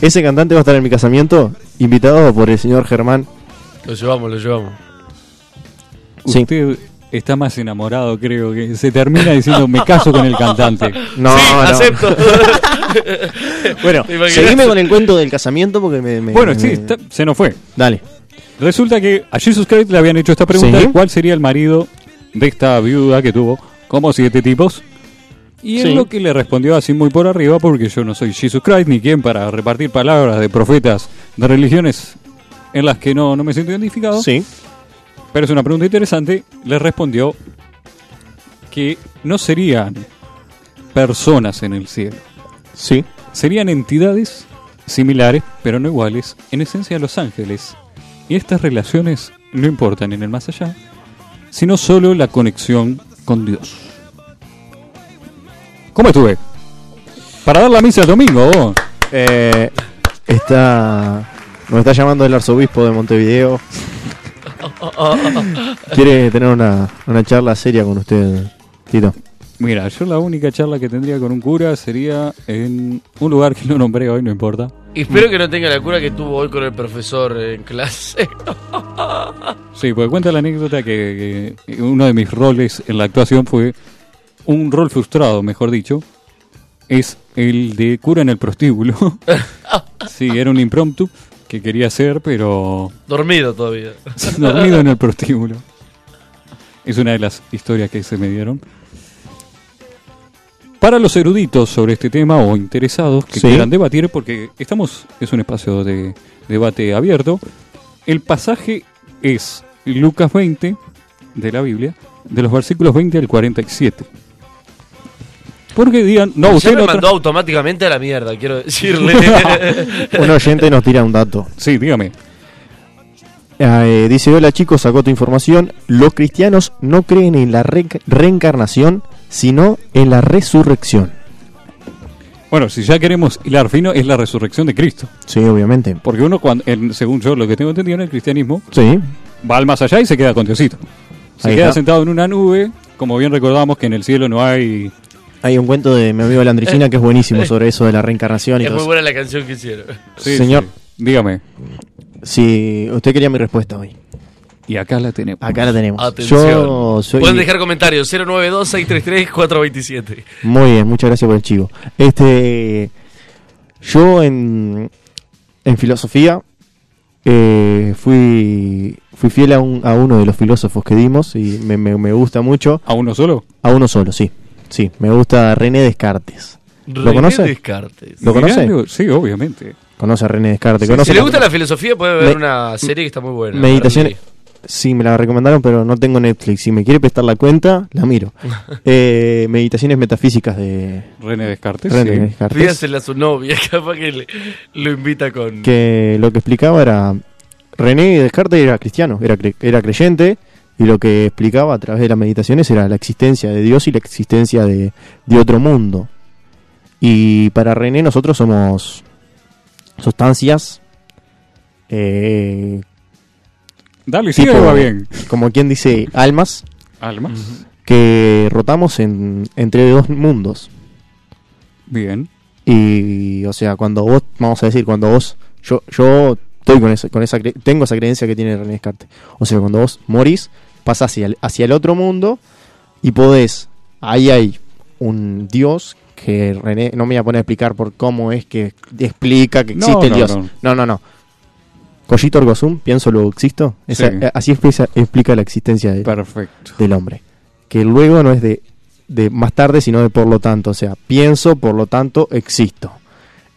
S3: Ese cantante va a estar en mi casamiento, invitado por el señor Germán
S5: Lo llevamos, lo llevamos.
S3: Sí.
S2: Usted está más enamorado, creo, que se termina diciendo me caso con el cantante.
S3: No,
S5: sí,
S3: no.
S5: acepto.
S3: Bueno,
S5: ¿Te imaginas?
S3: seguime con el cuento del casamiento porque me. me-
S2: Bueno,
S3: me-
S2: sí, está- se nos fue.
S3: Dale.
S2: Resulta que a Jesus Christ le habían hecho esta pregunta
S3: Sí.
S2: de cuál sería el marido de esta viuda que tuvo como siete tipos. Y él
S3: Sí.
S2: lo que le respondió así muy por arriba, porque yo no soy Jesus Christ ni quien para repartir palabras de profetas de religiones en las que no, no me siento identificado.
S3: Sí.
S2: Pero es una pregunta interesante. Le respondió que no serían personas en el cielo.
S3: Sí.
S2: Serían entidades similares, pero no iguales, en esencia los ángeles. Y estas relaciones no importan en el más allá, sino solo la conexión con Dios. ¿Cómo estuve? Para dar la misa el domingo, vos.
S3: Eh, está. Nos está llamando el arzobispo de Montevideo. Quiere tener una, una charla seria con usted, Tito.
S2: Mira, yo la única charla que tendría con un cura sería en un lugar que no nombré hoy, no importa.
S5: Y espero que no tenga la cura que tuvo hoy con el profesor en clase.
S2: Sí, porque cuenta la anécdota que, que uno de mis roles en la actuación fue un rol frustrado, mejor dicho, es el de cura en el prostíbulo. sí, era un impromptu que quería hacer, pero
S5: Dormido todavía.
S2: dormido en el prostíbulo. Es una de las historias que se me dieron. Para los eruditos sobre este tema o interesados que
S3: Sí.
S2: quieran debatir, porque estamos, es un espacio de debate abierto, el pasaje es Lucas 20 de la Biblia, de los versículos 20 al 47. Porque digan, no,
S5: ya
S2: usted
S5: me
S2: no.
S5: mandó
S2: tra-
S5: automáticamente a la mierda, quiero decirle.
S3: Un oyente nos tira un dato.
S2: Sí, dígame.
S3: Eh, dice, hola chicos, sacó tu información. Los cristianos no creen en la re- reencarnación, sino en la resurrección.
S2: Bueno, si ya queremos hilar fino, es la resurrección de Cristo.
S3: Sí, obviamente.
S2: Porque uno, cuando, en- según yo lo que tengo entendido en el cristianismo,
S3: Sí.
S2: va al más allá y se queda con Diosito. Se
S3: Ahí
S2: queda
S3: está.
S2: sentado en una nube, como bien recordamos que en el cielo no hay...
S3: Hay un cuento de mi amigo Landricina que es buenísimo sobre eso de la reencarnación. Y
S5: Eh, es
S3: todo
S5: muy
S3: eso.
S5: buena la canción que hicieron.
S3: Señor.
S2: sí. Dígame.
S3: Sí, usted quería mi respuesta hoy.
S2: Y acá la tenemos.
S3: Acá la tenemos.
S5: Atención.
S3: Yo soy...
S5: Pueden dejar comentarios 092-633-427.
S3: Muy bien, muchas gracias por el chivo. Este, yo en, en filosofía eh, fui, fui fiel a, un- a uno de los filósofos que dimos y me, me- me gusta mucho.
S2: ¿A uno solo?
S3: A uno solo, sí. Sí, me gusta René Descartes. ¿Lo
S5: René
S3: conoce?
S5: Descartes.
S3: ¿Lo conoce?
S2: Mirá, Sí, obviamente.
S3: Conoce a René Descartes.
S2: Sí,
S3: conoce
S5: Si le
S3: la-
S5: gusta la filosofía, puede ver
S3: Me-
S5: una serie que está muy buena.
S3: Meditaciones.
S5: Verdi.
S3: Sí, me la recomendaron, pero no tengo Netflix. Si me quiere prestar la cuenta, la miro. Eh, meditaciones metafísicas de
S2: René Descartes.
S3: René
S2: sí.
S3: Descartes.
S5: Pídasela a su novia, capaz que le- lo invita con.
S3: que lo que explicaba era René Descartes era cristiano, era, cre- era creyente y lo que explicaba a través de las meditaciones era la existencia de Dios y la existencia de, de otro mundo. Y para René nosotros somos sustancias, eh,
S2: Dale, sí, ahí
S3: tipo-
S2: va bien.
S3: como quien dice, almas
S2: Almas.
S3: que rotamos en- entre dos mundos.
S2: Bien.
S3: Y, o sea, cuando vos, vamos a decir, cuando vos, yo, yo estoy con esa, con esa cre- tengo esa creencia que tiene René Descartes. O sea, cuando vos morís, pasás hacia el, hacia el otro mundo y podés, ahí hay un Dios que René, no me voy a poner a explicar por cómo es que explica que
S2: No,
S3: existe el
S2: no,
S3: Dios.
S2: no.
S3: No, no, no. Collito Orgozum, pienso lo existo. Esa-
S2: Sí.
S3: eh, Así expresa- explica la existencia de,
S2: Perfecto.
S3: del hombre. Que luego no es de, de más tarde, sino de por lo tanto. O sea, pienso, por lo tanto, existo.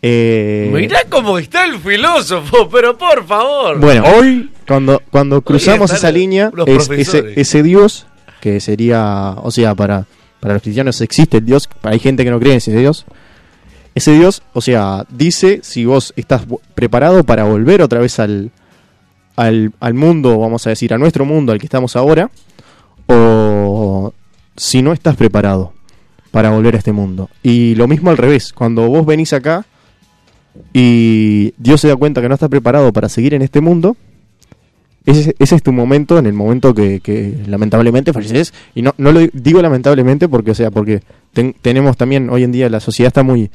S3: Eh,
S5: Mirá cómo está el filósofo, pero por favor.
S3: bueno,
S2: Hoy...
S3: cuando, cuando cruzamos
S5: están
S3: esa
S5: los-
S3: línea,
S5: los
S3: es- ese,
S5: profesores.
S3: ese Dios, que sería, o sea, para, para los cristianos existe el Dios, hay gente que no cree en ese Dios. Ese Dios, o sea, dice si vos estás vo- preparado para volver otra vez al, al, al mundo, vamos a decir, a nuestro mundo, al que estamos ahora, o si no estás preparado para volver a este mundo. Y lo mismo al revés, cuando vos venís acá y Dios se da cuenta que no estás preparado para seguir en este mundo, ese, ese es tu momento, en el momento que, que lamentablemente falleces. Y no, no lo digo lamentablemente porque, o sea, porque ten- tenemos también, hoy en día la sociedad está muy,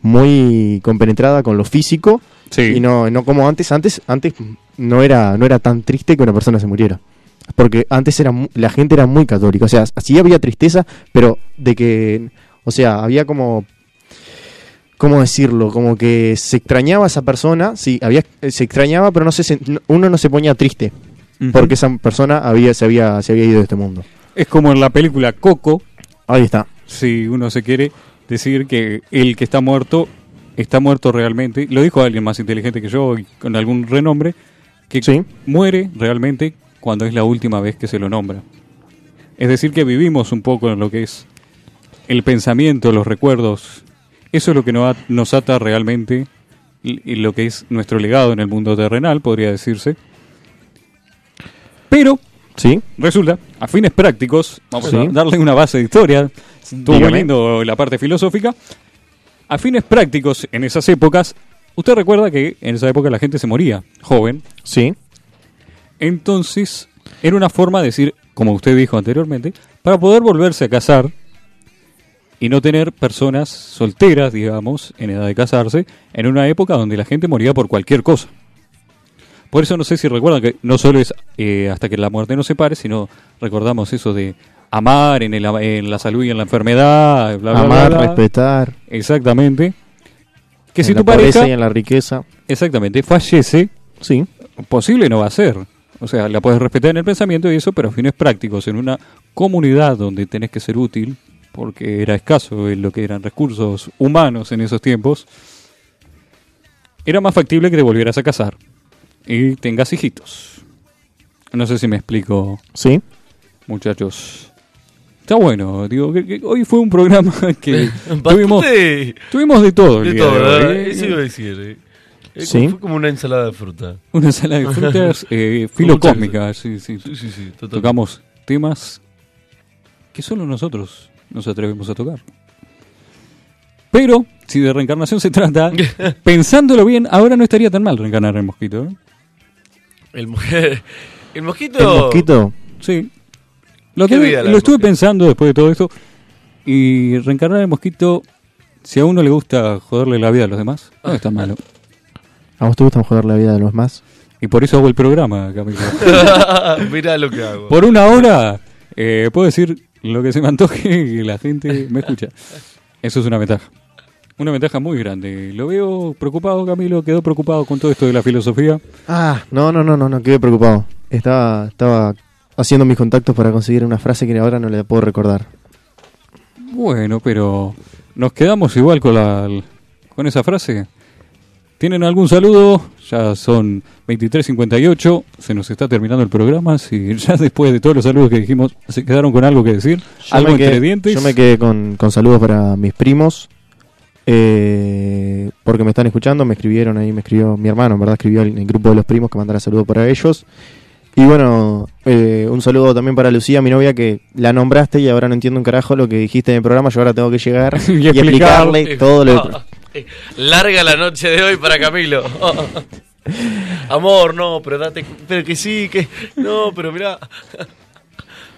S3: muy compenetrada con lo físico
S2: Sí.
S3: y no, no como antes. Antes, antes no era, no era tan triste que una persona se muriera. Porque antes era mu- la gente era muy católica. O sea, sí había tristeza, pero de que. O sea, había como. ¿Cómo decirlo? Como que se extrañaba a esa persona. Sí, había, eh, se extrañaba, pero no se, sen- no- uno no se ponía triste.
S2: Ujú.
S3: Porque esa persona había, se, había, se había ido de este mundo.
S2: Es como en la película Coco,
S3: Ahí está.
S2: si uno se quiere decir que el que está muerto está muerto realmente, lo dijo alguien más inteligente que yo y con algún renombre, que
S3: Sí.
S2: muere realmente cuando es la última vez que se lo nombra. Es decir, que vivimos un poco en lo que es el pensamiento, los recuerdos. Eso es lo que nos at- nos ata realmente y y lo que es nuestro legado en el mundo terrenal, podría decirse. Pero
S3: ¿Sí?
S2: Resulta, a fines prácticos, vamos a
S3: Sí.
S2: darle una base de historia, estuvo muy
S3: Dígame.
S2: lindo la parte filosófica. A fines prácticos, en esas épocas, usted recuerda que en esa época la gente se moría, joven.
S3: Sí.
S2: Entonces, era una forma de decir, como usted dijo anteriormente, para poder volverse a casar y no tener personas solteras, digamos, en edad de casarse, en una época donde la gente moría por cualquier cosa. Por eso no sé si recuerdan que no solo es eh, hasta que la muerte nos separe, sino recordamos eso de amar en, el, ama- en la salud y en la enfermedad, bla, bla,
S3: Amar,
S2: bla, bla.
S3: respetar.
S2: Exactamente. Que
S3: en
S2: si
S3: la
S2: tu
S3: pobreza
S2: pareja,
S3: y en la riqueza.
S2: exactamente, fallece,
S3: Sí.
S2: posible no va a ser. O sea, la puedes respetar en el pensamiento y eso, pero a fines prácticos, en una comunidad donde tenés que ser útil, porque era escaso en lo que eran recursos humanos en esos tiempos, era más factible que te volvieras a casar y tengas hijitos. No sé si me explico,
S3: Sí.
S2: muchachos. Está bueno, digo, que- que hoy fue un programa que tuvimos,
S5: Bastante
S2: tuvimos de todo. el
S5: de
S2: día
S5: todo,
S2: de hoy,
S5: ¿verdad?
S2: ¿eh?
S5: Eso iba a decir. eh. Eh,
S3: Sí.
S5: Fue como una ensalada de fruta.
S2: Una sala de frutas eh, filocómica, sí, sí.
S5: Sí, sí, sí. total.
S2: tocamos temas que solo nosotros nos atrevemos a tocar. Pero, si de reencarnación se trata, pensándolo bien, ahora no estaría tan mal reencarnar el mosquito. ¿eh?
S5: El, mujer, el mosquito.
S3: El mosquito.
S2: Sí. Lo,
S5: Qué
S2: tuve-
S5: vida la
S2: lo
S5: del
S2: estuve
S5: mosquito.
S2: pensando después de todo esto. Y reencarnar el mosquito, si a uno le gusta joderle la vida a los demás, no es tan malo.
S3: ¿A vos te gusta joder la vida de los más?
S2: Y por eso hago el programa, Camilo.
S5: Mirá lo que hago.
S2: Por una hora eh, puedo decir lo que se me antoje y la gente me escucha. Eso es una ventaja. Una ventaja muy grande. Lo veo preocupado, Camilo. Quedó preocupado con todo esto de la filosofía.
S3: Ah, no, no, no, no, no, quedé preocupado. Estaba, estaba haciendo mis contactos para conseguir una frase que ahora no le puedo recordar.
S2: Bueno, pero nos quedamos igual con, la, con esa frase. ¿Tienen algún saludo? Ya son 23.58. Se nos está terminando el programa. Si ya después de todos los saludos que dijimos, se quedaron con algo que decir. algo
S3: me quedé,
S2: entre dientes.
S3: Yo me quedé con, con saludos para mis primos, eh, porque me están escuchando, me escribieron ahí, me escribió mi hermano, en verdad escribió en el grupo de los primos que mandara saludos para ellos. Y bueno, eh, un saludo también para Lucía, mi novia, que la nombraste y ahora no entiendo un carajo lo que dijiste en el programa, yo ahora tengo que llegar
S2: Y
S3: y,
S2: explicar.
S3: explicarle todo lo
S5: Ah, eh, Larga la noche de hoy para Camilo. Amor, no, pero date. cu- Pero que sí, que. No, pero mirá.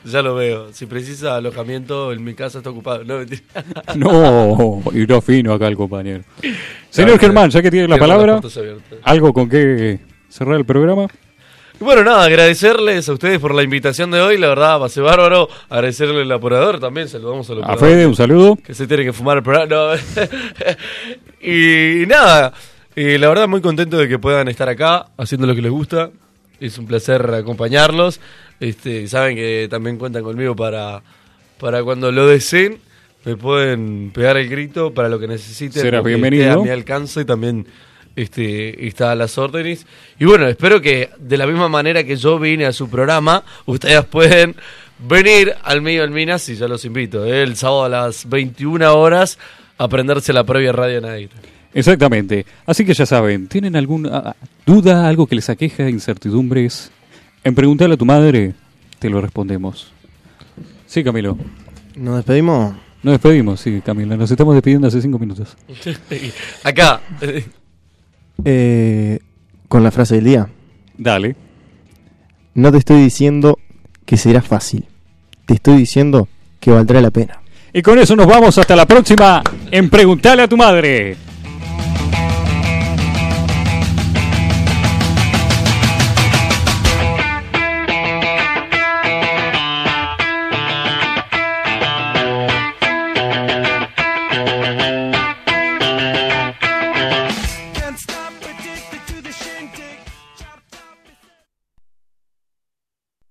S5: Ya lo veo. Si precisa alojamiento, en mi casa está ocupado. No, mentira.
S2: No, y no fino acá el compañero.
S5: Claro,
S2: Señor Germán, ya que tiene la
S5: Tengo las
S2: palabra,
S5: puertas abiertas.
S2: algo con que cerrar el programa.
S5: Y Bueno, nada, agradecerles a ustedes por la invitación de hoy. La verdad, pasé bárbaro. Agradecerle al operador también. Saludamos al
S2: A
S5: operador.
S2: Fede, un saludo.
S5: Que se tiene que fumar el programa. No. y nada, eh, la verdad muy contento de que puedan estar acá haciendo lo que les gusta. Es un placer acompañarlos. Este, saben que también cuentan conmigo para, para cuando lo deseen. Me pueden pegar el grito para lo que necesiten.
S2: Serás
S5: lo que
S2: bienvenido.
S5: esté a mi alcance también este, está a las órdenes. Y bueno, espero que de la misma manera que yo vine a su programa, ustedes pueden venir al medio del Minas y ya los invito. ¿eh? El sábado a las 21 horas a aprenderse la previa Radio Nadir.
S2: Exactamente. Así que ya saben, ¿tienen alguna ah, duda, algo que les aqueja, incertidumbres? En preguntarle a tu madre, te lo respondemos. Sí, Camilo.
S3: ¿Nos despedimos?
S2: Nos despedimos, sí, Camilo. Nos estamos despidiendo hace cinco minutos.
S5: Acá.
S3: Eh, con la frase del día.
S2: Dale.
S3: No te estoy diciendo que será fácil. Te estoy diciendo que valdrá la pena.
S2: Y con eso nos vamos hasta la próxima en Preguntale a tu madre.